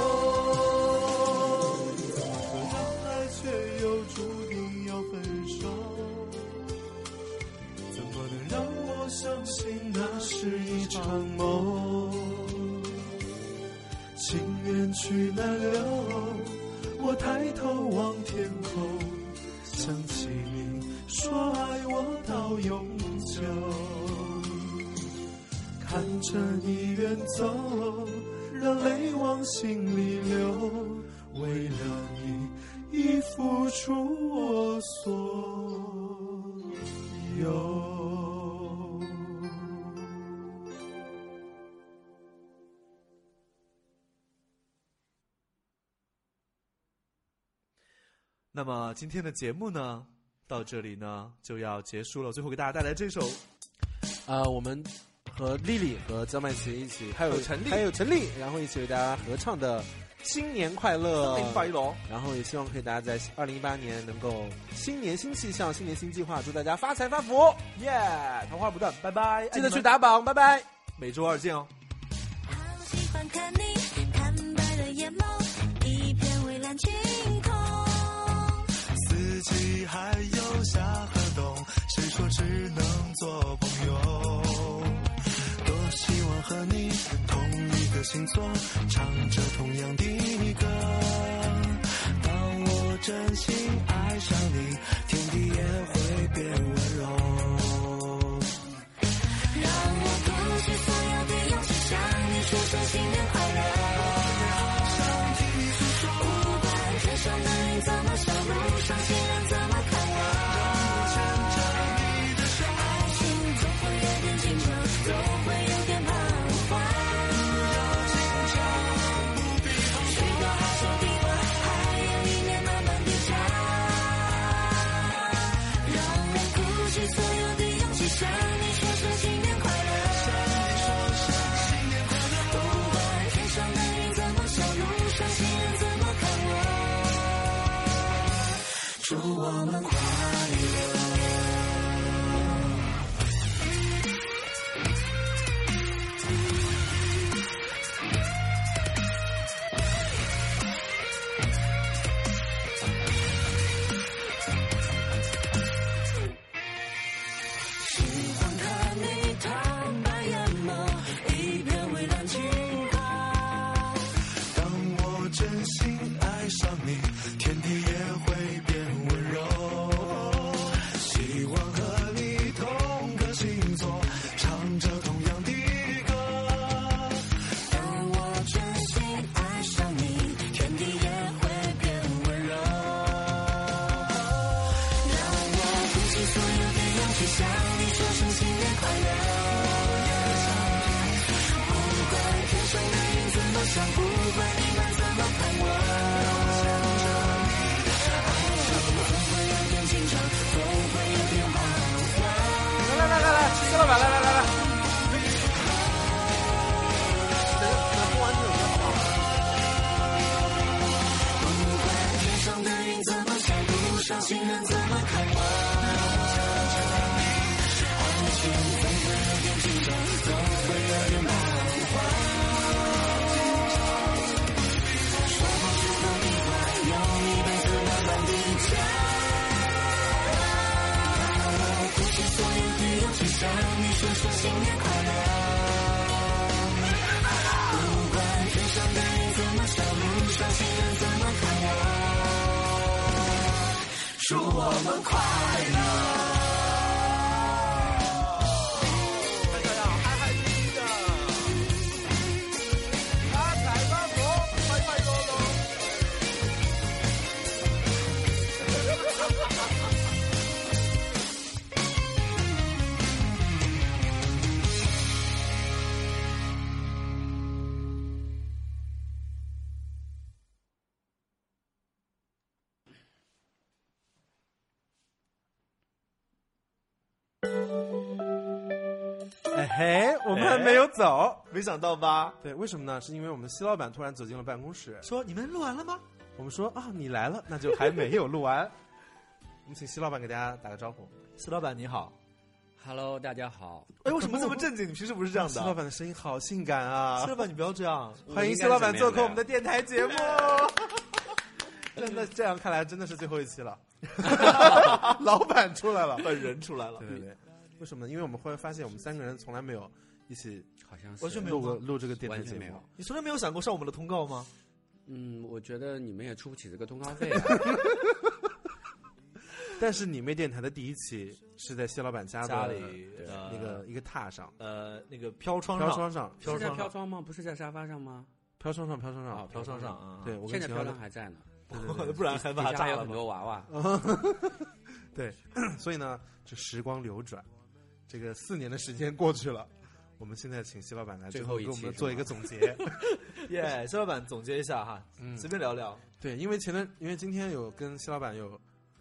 S4: 相爱却又注定要分手，怎么能让我相信那是一场梦？情缘去难留，我抬头望天空，想起你说爱我到永久。看着你远走，让泪往心里流，为了你已付出我所有。
S1: 那么今天的节目呢，到这里呢就要结束了。最后给大家带来这首
S2: 呃，我们和丽丽和张曼琪一起，还有
S9: 还有陈丽
S2: 还有陈丽，然后一起为大家合唱的《新年快乐》。
S9: 零拜
S1: 哦
S9: 龙，
S2: 然后也希望可以大家在二零一八年能够新年新气象，新年新计划，祝大家发财发福，
S1: 耶，桃花不断，拜拜，哎
S2: 记得去
S1: 打，
S2: 打榜，拜拜。
S1: 每周二见哦。
S10: 好喜欢看你坦白的眼眸，一片蔚蓝晴空。
S4: 四季还有夏和冬，谁说只能做朋友？多希望和你同一个星座，唱着同样的歌。当我真心爱上你，天地也会变温柔。
S10: 让我鼓起所有的勇气，向你说声新年快乐。向你诉说，不管天上的云怎么笑，路上行人怎么看我。让我牵着你的手，爱情总会有点紧张，总会有点彷徨。不要紧张，不必彷徨。去到好久地方，还有一年慢慢品尝。让我鼓起所有的勇气，向你说声新年快乐。向你说声新年快乐。不管天上的云怎么笑，路上行人怎么看我。祝我们快乐。看你坦白眼眸，一片蔚蓝晴空。
S4: 当我真心爱上你，天地也会变温柔。希望和你同个星座，唱着同样的歌。
S10: 当我真心爱上你，天地也会变温柔。让我鼓起所有的勇气，向你说声新年快乐。不管天上的云怎么笑，不管你们怎么看我。爱情总会有点紧张，总会有点彷徨。
S2: 来来来来，谢老板，来来来来。
S10: 天上的云怎么笑，路上行人怎么看我？爱情总会有点紧张，总会有点彷徨。说不出的秘话，用一辈子慢慢品尝。让我鼓起所有的勇气，向你说声新年快乐。不管天上的云怎么笑，路上行人怎么看我？祝我们快乐。
S2: 哎嘿，我们还没有走。
S1: 没想到吧？
S2: 对，为什么呢？是因为我们西老板突然走进了办公室，
S1: 说你们录完了吗？
S2: 我们说啊，你来了，那就还没有录 完。我们请西老板给大家打个招呼。
S1: 石老板你好。
S9: Hello，大家好，
S1: 哎，为什么这么正经？你平时不是这样
S2: 西
S1: 的？
S2: 老板的声音好性感啊
S1: 石！老板，你不要这 样。
S2: 欢迎西老板做客我们的电 台节目。真的，这样看来真的是最后一期了。老板出来了，
S1: 本人出来了
S2: 对。对对，为什么呢？因为我们会发现我们三个人从来没有一起
S9: 好像是
S1: 完全没有
S2: 录过录这个电台
S9: 完
S2: 节
S9: 全没有
S2: 目。。
S1: 你从来没有想过上我们的通告吗？
S9: 嗯，我觉得你们也出不起这个通告费啊。
S2: 但是你妹电台的第一期是在西老板家的
S9: 家里对
S2: 那个一个榻上，
S1: 呃那个飘窗
S2: 飘
S1: 上，
S2: 窗上，
S1: 飘
S9: 是在
S1: 窗
S9: 飘
S1: 上，
S9: 窗吗？不是在沙发上吗？
S2: 飘窗上，飘窗上，
S9: 啊
S1: 飘窗上啊
S2: 对，我
S9: 现
S2: 跟
S9: 在
S2: 秦
S9: 飘
S2: 昊
S9: 窗还在呢，
S1: 不然 害
S9: 底
S1: 怕
S9: 下
S1: 炸
S9: 有
S1: 了
S9: 很
S1: 吗。
S9: 多娃娃。
S2: 对， 所以呢，这时光流转，这个四年的时间过去了，我们现在请西老板来
S9: 最
S2: 最
S9: 后
S2: 后
S9: 一
S2: 给我
S9: 期
S2: 们
S9: 是
S2: 做
S9: 吗
S2: 一个总结。
S1: 耶，嗯石老板总结一下哈，随便聊聊。
S2: 对，因为前段，因为今天有跟西老板有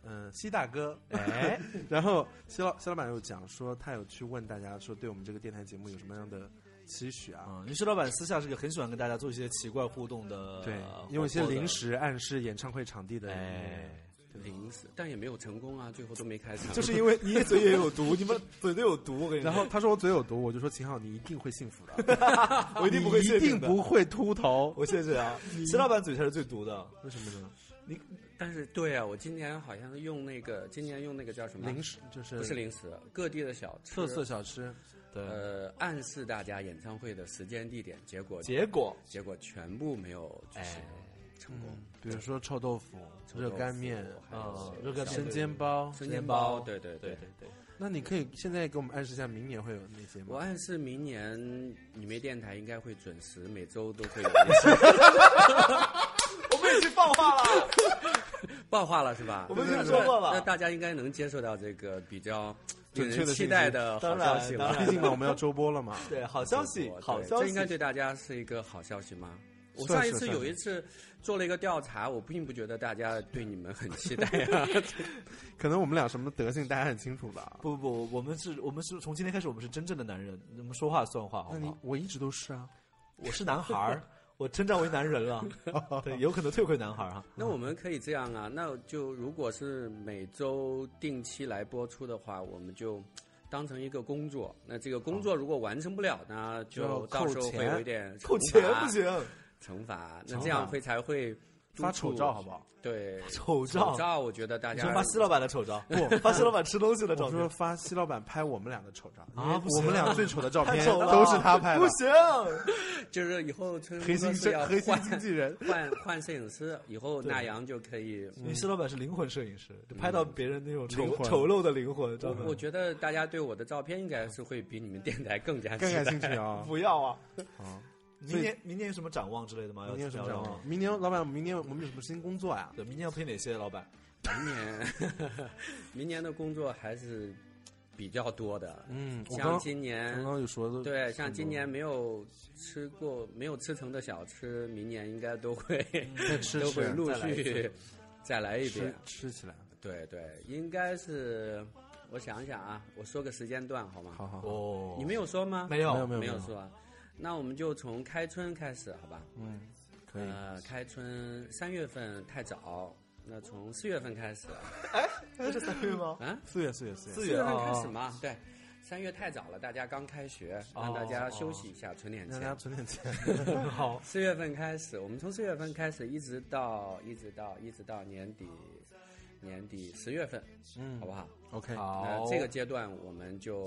S2: 嗯，西大哥，
S1: 哎，
S2: 然后西老西老板又讲说，他有去问大家说，对我们这个电台节目有什么样的期许啊？
S1: 嗯，因为石老板私下是个很喜欢跟大家做一些奇怪互动的，
S2: 对
S1: 呃，
S2: 用一些
S1: 活动的
S2: 临时暗示演唱会场地的，
S1: 哎，
S9: 零死，但也没有成功啊，最后都没开场。
S1: 就是因为你嘴也有毒，你们嘴都有毒，我跟你说。
S2: 然后他说我嘴有毒，我就说秦昊你一定会幸福的，
S1: 我一定不会
S2: 你
S1: 谢
S2: 一
S1: 谢
S2: 定
S1: 的
S2: 不会秃头，
S1: 我谢谢啊，石老板嘴才是最毒的，
S2: 为什么呢？
S9: 但是对啊，我今年好像用那个，今年用那个叫什么
S2: 零食就是
S9: 不是零食，各地的小吃
S2: 特色小吃，
S9: 呃，暗示大家演唱会的时间、地点，结哎果
S1: 结果
S9: 结果全部没有，就是成功。
S2: 嗯比如说臭豆腐、
S9: 臭
S2: 热
S9: 豆
S2: 干
S9: 腐
S2: 面、
S9: 还有
S1: 嗯
S9: 小
S1: 热干面
S9: 小
S2: 生煎包。
S9: 生啊煎包，对
S1: 对
S9: 对对。
S1: 对对，
S2: 那你可以现在给我们暗示一下，明年会有哪些
S9: 我
S2: 吗？
S9: 暗示明年你们电台应该会准时，每周都会有一次
S1: 我们已经放话了，
S9: 爆话了是吧？
S1: 我们已经说过了
S9: 那大家应该能接受到这个比较
S2: 准
S9: 令
S2: 确的
S9: 人
S2: 信息
S9: 期待的好
S1: 当
S9: 消
S1: 然
S9: 息
S1: 当
S9: 了。
S1: 然
S2: 毕竟嘛，我们要周播了嘛。
S1: 对，好消息，好
S9: 对
S1: 消息，
S9: 这应该对大家是一个好消息吗？我
S2: 算
S9: 上一
S2: 是
S9: 次
S2: 算
S9: 有
S2: 是
S9: 一次做了一个调查，我并不觉得大家对你们很期待啊。
S2: 可能我们俩什么德性大家很清楚的啊。
S1: 不不不，我们是我们是从今天开始，我们是真正的男人，我们说话算话，好
S2: 那
S1: 不
S2: 你
S1: 好？
S2: 我一直都是啊，
S1: 我是男孩 儿，我成长为男人了，对，有可能退回男孩儿啊。
S9: 那我们可以这样啊，那就如果是每周定期来播出的话，我们就当成一个工作。那这个工作如果完成不了呢，就
S2: 就
S9: 到时候
S2: 扣钱
S9: 会有一点
S1: 扣
S9: 惩
S1: 钱
S9: 罚
S1: 不行，
S9: 惩罚。那这样会才会
S2: 发
S9: 督促
S2: 丑照好不？好？
S9: 对，
S1: 丑
S9: 丑
S1: 照，
S9: 照我觉得大
S1: 你
S9: 家
S1: 说发西老板的 丑照，
S2: 不
S1: 发西老板吃东西的照
S2: 我说
S1: 片。
S2: 发西老板拍我们俩的丑照，
S1: 啊
S2: 因为
S1: 不行
S2: 我们俩最丑的照
S1: 太
S2: 片
S1: 丑了，
S2: 都是他拍的
S1: 不。行，
S9: 就是以后春
S2: 黑心
S9: 哥是
S2: 摄
S9: 要
S2: 黑心
S9: 换
S2: 经纪人，
S9: 换换摄影师，以后那阳就可以。
S2: 嗯
S1: 因为施老板是灵魂摄影师，就拍到别人那种丑
S2: 灵魂
S1: 丑陋的灵魂，知道
S9: 我
S1: 吗
S9: 我？觉得大家对我的照片应该是会比你们电台更加
S2: 更
S9: 期
S2: 感
S9: 待
S2: 兴趣啊！
S1: 不要啊！
S2: 啊，
S1: 明
S2: 所以
S1: 年明年有什么展望之类的吗？
S2: 明年有什么
S1: 要
S2: 展
S1: 聊聊
S2: 望
S1: 吗？？
S2: 明年老板，明年我们有什么新工作呀？
S1: 对，明年要配哪些老板？
S9: 明年，明年的工作还是比较多的。
S2: 嗯，我
S9: 像
S2: 刚
S9: 今年
S2: 刚，刚有说的，嗯
S9: 对，像今年没有吃过、没有吃成的小吃，明年应该都会、
S2: 嗯再吃
S9: 都会
S2: 吃，
S9: 陆
S2: 再来一
S9: 续
S2: 次
S9: 再来一遍
S2: 吃。吃起来。
S9: 对对，应该是，我想想啊，我说个时间段好吗？
S2: 好好，好
S1: 哦
S9: 你没有说吗？
S1: 没有
S2: 没有没有
S9: 没有
S2: 没有
S9: 说啊。那我们就从开春开始，好吧？
S2: 嗯，可以。
S9: 呃，开春三月份太早，那从四月份开始
S1: 那 是三月 吗？
S9: 啊，
S2: 四月，四月，四月，哦
S1: 四
S9: 四月份
S1: 啊
S9: 开始嘛，对，三月太早了，大家刚开学，
S2: 哦
S9: 让大家休息一下，存点
S2: 让大家存
S9: 钱。
S2: 点钱。嗯
S1: 好，
S9: 四月份开始，我们从四月份开始，一直到一直到一直到年底，年底十月份，
S2: 嗯
S9: 好不好？
S2: ，OK，
S9: 那
S1: 好，
S9: 这个阶段我们就，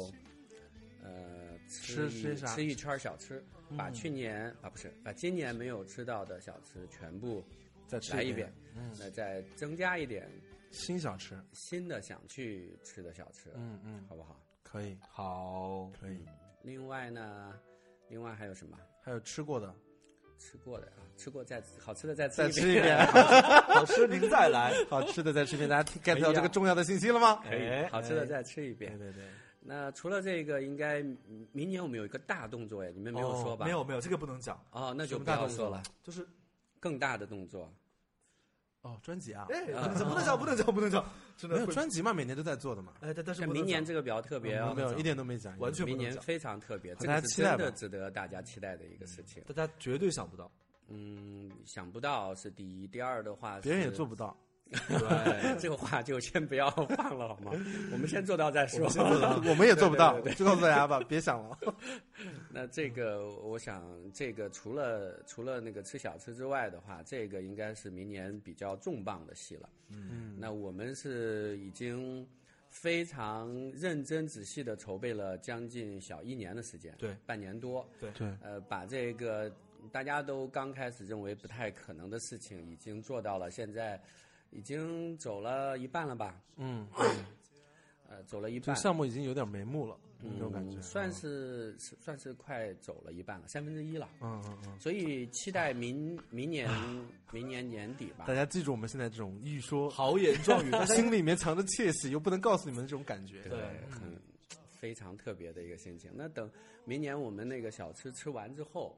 S9: 呃，
S2: 吃吃
S9: 吃一
S2: 啥嗯
S9: 吃一圈儿小吃，把去年啊不是把今年没有吃到的小吃全部
S2: 再吃
S9: 来一
S2: 遍嗯
S9: 遍，，那再增加一点
S2: 新小吃。
S9: 新的想去吃的小吃，
S2: 嗯嗯，
S9: 好不好？
S2: 可以，
S1: 好，
S2: 可以。
S9: 另外呢，另外还有什么
S2: 还有吃过的，
S9: 吃过的啊？吃过再好吃的再吃
S2: 再吃一遍，
S1: 老师您再来。
S2: 好吃的再吃一 遍。大哎家 get 到
S9: 哎呀
S2: 这个重要的信息了吗？
S9: 可以， 好吃的再吃一
S2: 啊对
S9: 遍。
S2: 对对，
S9: 那除了这个，应该嗯明年我们有一个大动作呀，你们没有说吧？
S1: 没有没有，这个不能
S2: 啊
S1: 讲。
S9: 哦，那
S2: 哦什
S9: 就
S2: 么
S9: 不
S2: 大动
S9: 要
S2: 作
S9: 说了，
S1: 就是
S9: 更大的动作。
S2: 哦，专辑啊，
S1: 哎，不能讲，不能讲，不能讲，不能讲，真
S2: 没
S1: 的
S2: 有
S1: 会。
S2: 专辑嘛，每年都在做的嘛。
S1: 哎，但但是
S9: 但
S1: 不能
S9: 明年
S1: 讲
S9: 这个比较特别
S2: 没
S9: 哦
S2: 有，嗯没有，一点都没讲，
S1: 完全不
S9: 明
S1: 能
S9: 年
S1: 讲，
S9: 非常特别，这
S2: 大
S9: 个
S2: 家
S9: 是
S2: 期待
S9: 真
S2: 吧
S9: 的值得大家期待的一个事情。
S1: 大家绝对想不到。
S9: 嗯，想不到是第一，第二的话，
S2: 别人也做不到。
S9: 对，这个话就先不要 放了好吗？我们先做到再说。
S2: 我们也做不 到，就告诉大家吧，别想了。
S9: 那这个，我想这个除了除了那个吃小吃之外的话，这个应该是明年比较重磅的戏了。
S2: 嗯，
S9: 那我们是已经非常认真仔细的筹备了将近小一年的时间，
S1: 对，
S9: 半年多。
S2: 对，
S9: 呃，把这个大家都刚开始认为不太可能的事情，已经做到了，现在已经走了一半了吧？
S2: 嗯，
S9: 呃，走了一
S2: 这
S9: 半
S2: 个，项目已经有点眉目了，那种感觉。
S9: 嗯，算是是算是快走了一半了，三分之一了。
S2: 嗯，嗯嗯
S9: 所以期待明明年明年年底吧
S2: 啊嗯，大。家记住我们现在这种欲说，
S1: 豪言壮语，大家
S2: 心里面藏着窃喜又不能告诉你们的这种感觉。
S9: 对，很非常特别的一个心情。那等明年我们那个小吃吃完之后，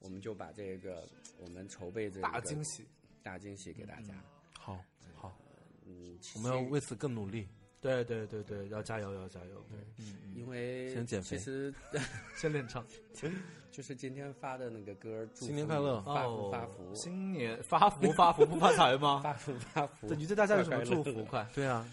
S9: 我们就把这个我们筹备这个
S1: 大惊喜。
S9: 大惊喜给大家。
S2: 好，好，
S9: 嗯，其
S2: 我们要为此更努力。
S1: 对对对对，要加油要加油，
S2: 对
S1: 嗯，嗯，
S9: 因为
S2: 先减肥
S9: 其实
S1: 先练唱。
S9: 就是今天发的那个歌，祝福
S2: 新年快乐
S9: 你发福发福，
S1: 哦新年发福 发福不发财吗？
S9: 发福发福。
S1: 对，你对大家有什么
S9: 快快乐
S1: 祝
S9: 乐
S1: 福？快，
S2: 对啊，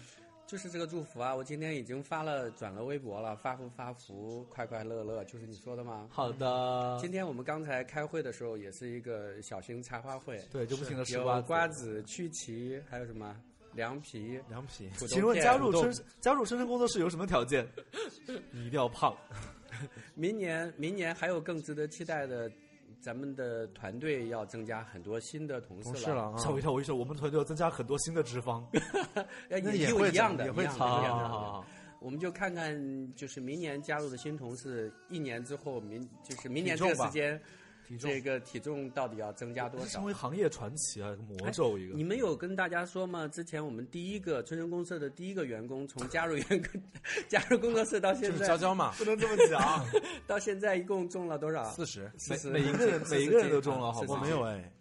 S9: 就是这个祝福啊！我今天已经发了，转了微博了，发福发福，快快乐乐，就是你说的吗？
S1: 好的，
S9: 今天我们刚才开会的时候，也是一个小型茶话会，
S1: 对就不停的吃
S9: 有
S1: 瓜
S9: 瓜子、曲奇，还有什么凉皮。
S2: 凉皮，
S9: 土豆
S1: 请问
S9: 片
S1: 加入
S9: 土豆
S1: 深加入深深工作室有什么条件？ 你一定要胖。
S9: 明年，明年还有更值得期待的，咱们的团队要增加很多新的同事
S2: 同事了。啊
S1: 吓，我一跳！我一说我们团队要增加很多新的脂肪。
S9: 哎，
S2: 那
S9: 也
S2: 也
S9: 有
S2: 会
S9: 一样
S2: 增
S9: 的，
S2: 也
S9: 一
S2: 会
S9: 样的
S2: 增
S9: 一
S2: 加
S9: 样的
S2: 好
S1: 好好
S9: 我们就看看，就是明年加入的新同事，一年之后，明就是明年
S2: 体
S9: 这
S2: 重
S9: 个
S2: 吧
S9: 时间，
S2: 体重
S9: 这个体重到底要增加多
S1: 成
S9: 少
S1: 为？行业传奇啊，一个魔咒一个。
S9: 你们有跟大家说吗？之前我们第一个春生公社的第一个员工，从加入员工 加入工作室到现
S2: 就是娇
S9: 在，
S2: 娇嘛，
S1: 不能这么 讲，
S9: 到现在一共重了多少？
S2: 四十，
S9: 十
S1: 每每一个人每一个人都中了好
S9: 不
S1: 不
S2: 我
S1: 好
S2: 没有哎，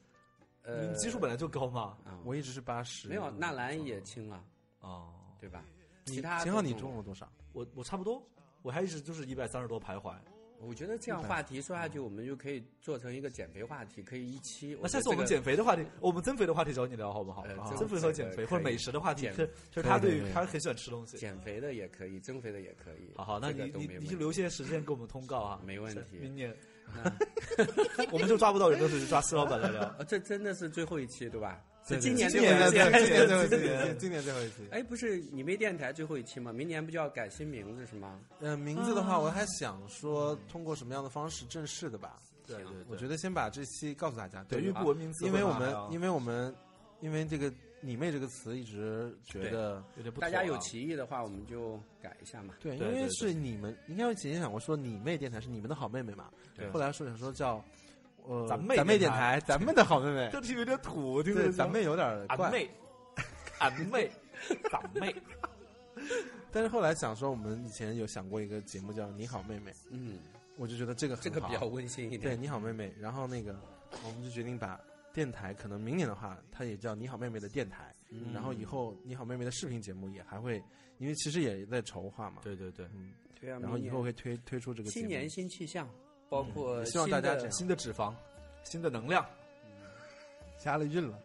S9: 呃，
S1: 你基数本来就高嘛。
S9: 啊，
S2: 我一直是八十。
S9: 没有，纳兰也轻了，
S1: 哦，
S9: 对吧？
S2: 你
S9: 其他
S2: 秦昊，你
S9: 都
S2: 中了多少？
S1: 我我差不多，我还一直就是一百三十多徘徊。
S9: 我觉得这样话题说下去，我们就可以做成一个减肥话题，可以一期。
S1: 那下
S9: 觉得
S1: 次我们
S9: 这个
S1: 减肥的话题，我们增肥的话题找你聊好不好
S9: 呃？
S1: 啊
S9: 增
S1: 增肥和减
S9: 可
S1: 肥
S9: 以
S1: 或者美食的话题
S9: 减，
S1: 就是就是他
S2: 可以
S1: 对
S2: 可以
S1: 他很喜欢吃东西。
S9: 减肥的也可以，增肥的也可以。
S1: 好好，那
S9: 这个
S1: 你
S9: 都
S1: 你
S9: 没问
S1: 你
S9: 题
S1: 留些时间给我们通告啊，
S9: 没问题
S1: 明年 我们就抓不到人的时候就抓司老板来聊。
S9: 啊，这真的是最后一期对吧？是
S2: 对
S9: 今年
S2: 今
S9: 最
S2: 年
S9: 后
S2: 的
S9: 一期
S2: 对
S9: 还是
S2: 今年最后一
S1: 今
S2: 期，
S1: 年
S2: 今今年最后一期。
S9: 哎，不是你没电台最后一期吗？明年不就要改新名字是吗？
S2: 呃，名字的话，我还想说通过什么样的方式正式的吧。
S1: 对对对，
S2: 我觉得先把这期告诉大家，
S1: 对
S2: 于
S1: 于不文明词汇
S2: 因
S1: 吧，
S2: 为我们
S1: 还有
S2: 因为我们因为这个“你妹”这个词一直觉得
S1: 有点不
S9: 大家
S1: 妥
S9: 有
S1: 啊
S9: 歧义的话，我们就改一下嘛。
S2: 对，因
S1: 对
S2: 为
S1: 对
S2: 是你们，应该有姐姐想过说你妹电台是你们的好妹妹嘛。
S1: 对
S2: 后来说想说叫呃
S1: 咱妹
S2: 电
S1: 电
S2: 台
S1: 台，
S2: 咱们的好 妹妹
S1: 这。题有点土，听
S2: 对，
S1: 着
S2: 咱们有点
S1: 俺
S2: 怪，
S1: 妹，俺妹，俺 妹，
S2: 但是后来想说，我们以前有想过一个节目叫《你好妹妹》，
S9: 嗯，
S2: 我就觉得这个很
S9: 这个
S2: 好
S9: 比较温馨一
S2: 对，
S9: 点。
S2: 你好妹妹。然后那个，我们就决定把电台，可能明年的话，它也叫你好妹妹的电台。
S9: 嗯
S2: 然后以后你好妹妹的视频节目也还会，因为其实也在筹划嘛。，
S1: 对对对，
S2: 嗯。
S9: 对啊，
S2: 然后
S9: 明
S2: 以
S9: 年
S2: 后会推推出这个节目。嗯
S9: 新年新气象，包括
S2: 也希望大家
S9: 新的
S2: 这样
S1: 新的脂肪，新的能量，
S2: 加了运了。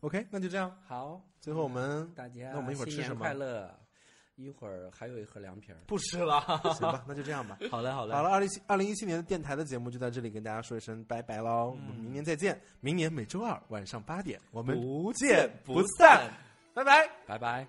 S2: OK，那就这样。
S9: 好，
S2: 最后我 们
S9: 大家
S2: 那我们一会儿
S9: 新
S2: 吃
S9: 年
S2: 什么
S9: 快？乐，一会儿还有一盒凉皮儿。
S1: 不吃了。
S2: 行吧，那就这样吧。
S1: 好嘞，好嘞，
S2: 好了，二零二零一七年的电台的节目就到这里，跟大家说一声拜拜喽。我们明年再见，明年每周二晚上八点，我们
S1: 不
S2: 见
S1: 见
S2: 不
S1: 不
S2: 散
S1: 散，
S2: 拜拜。
S9: 拜拜。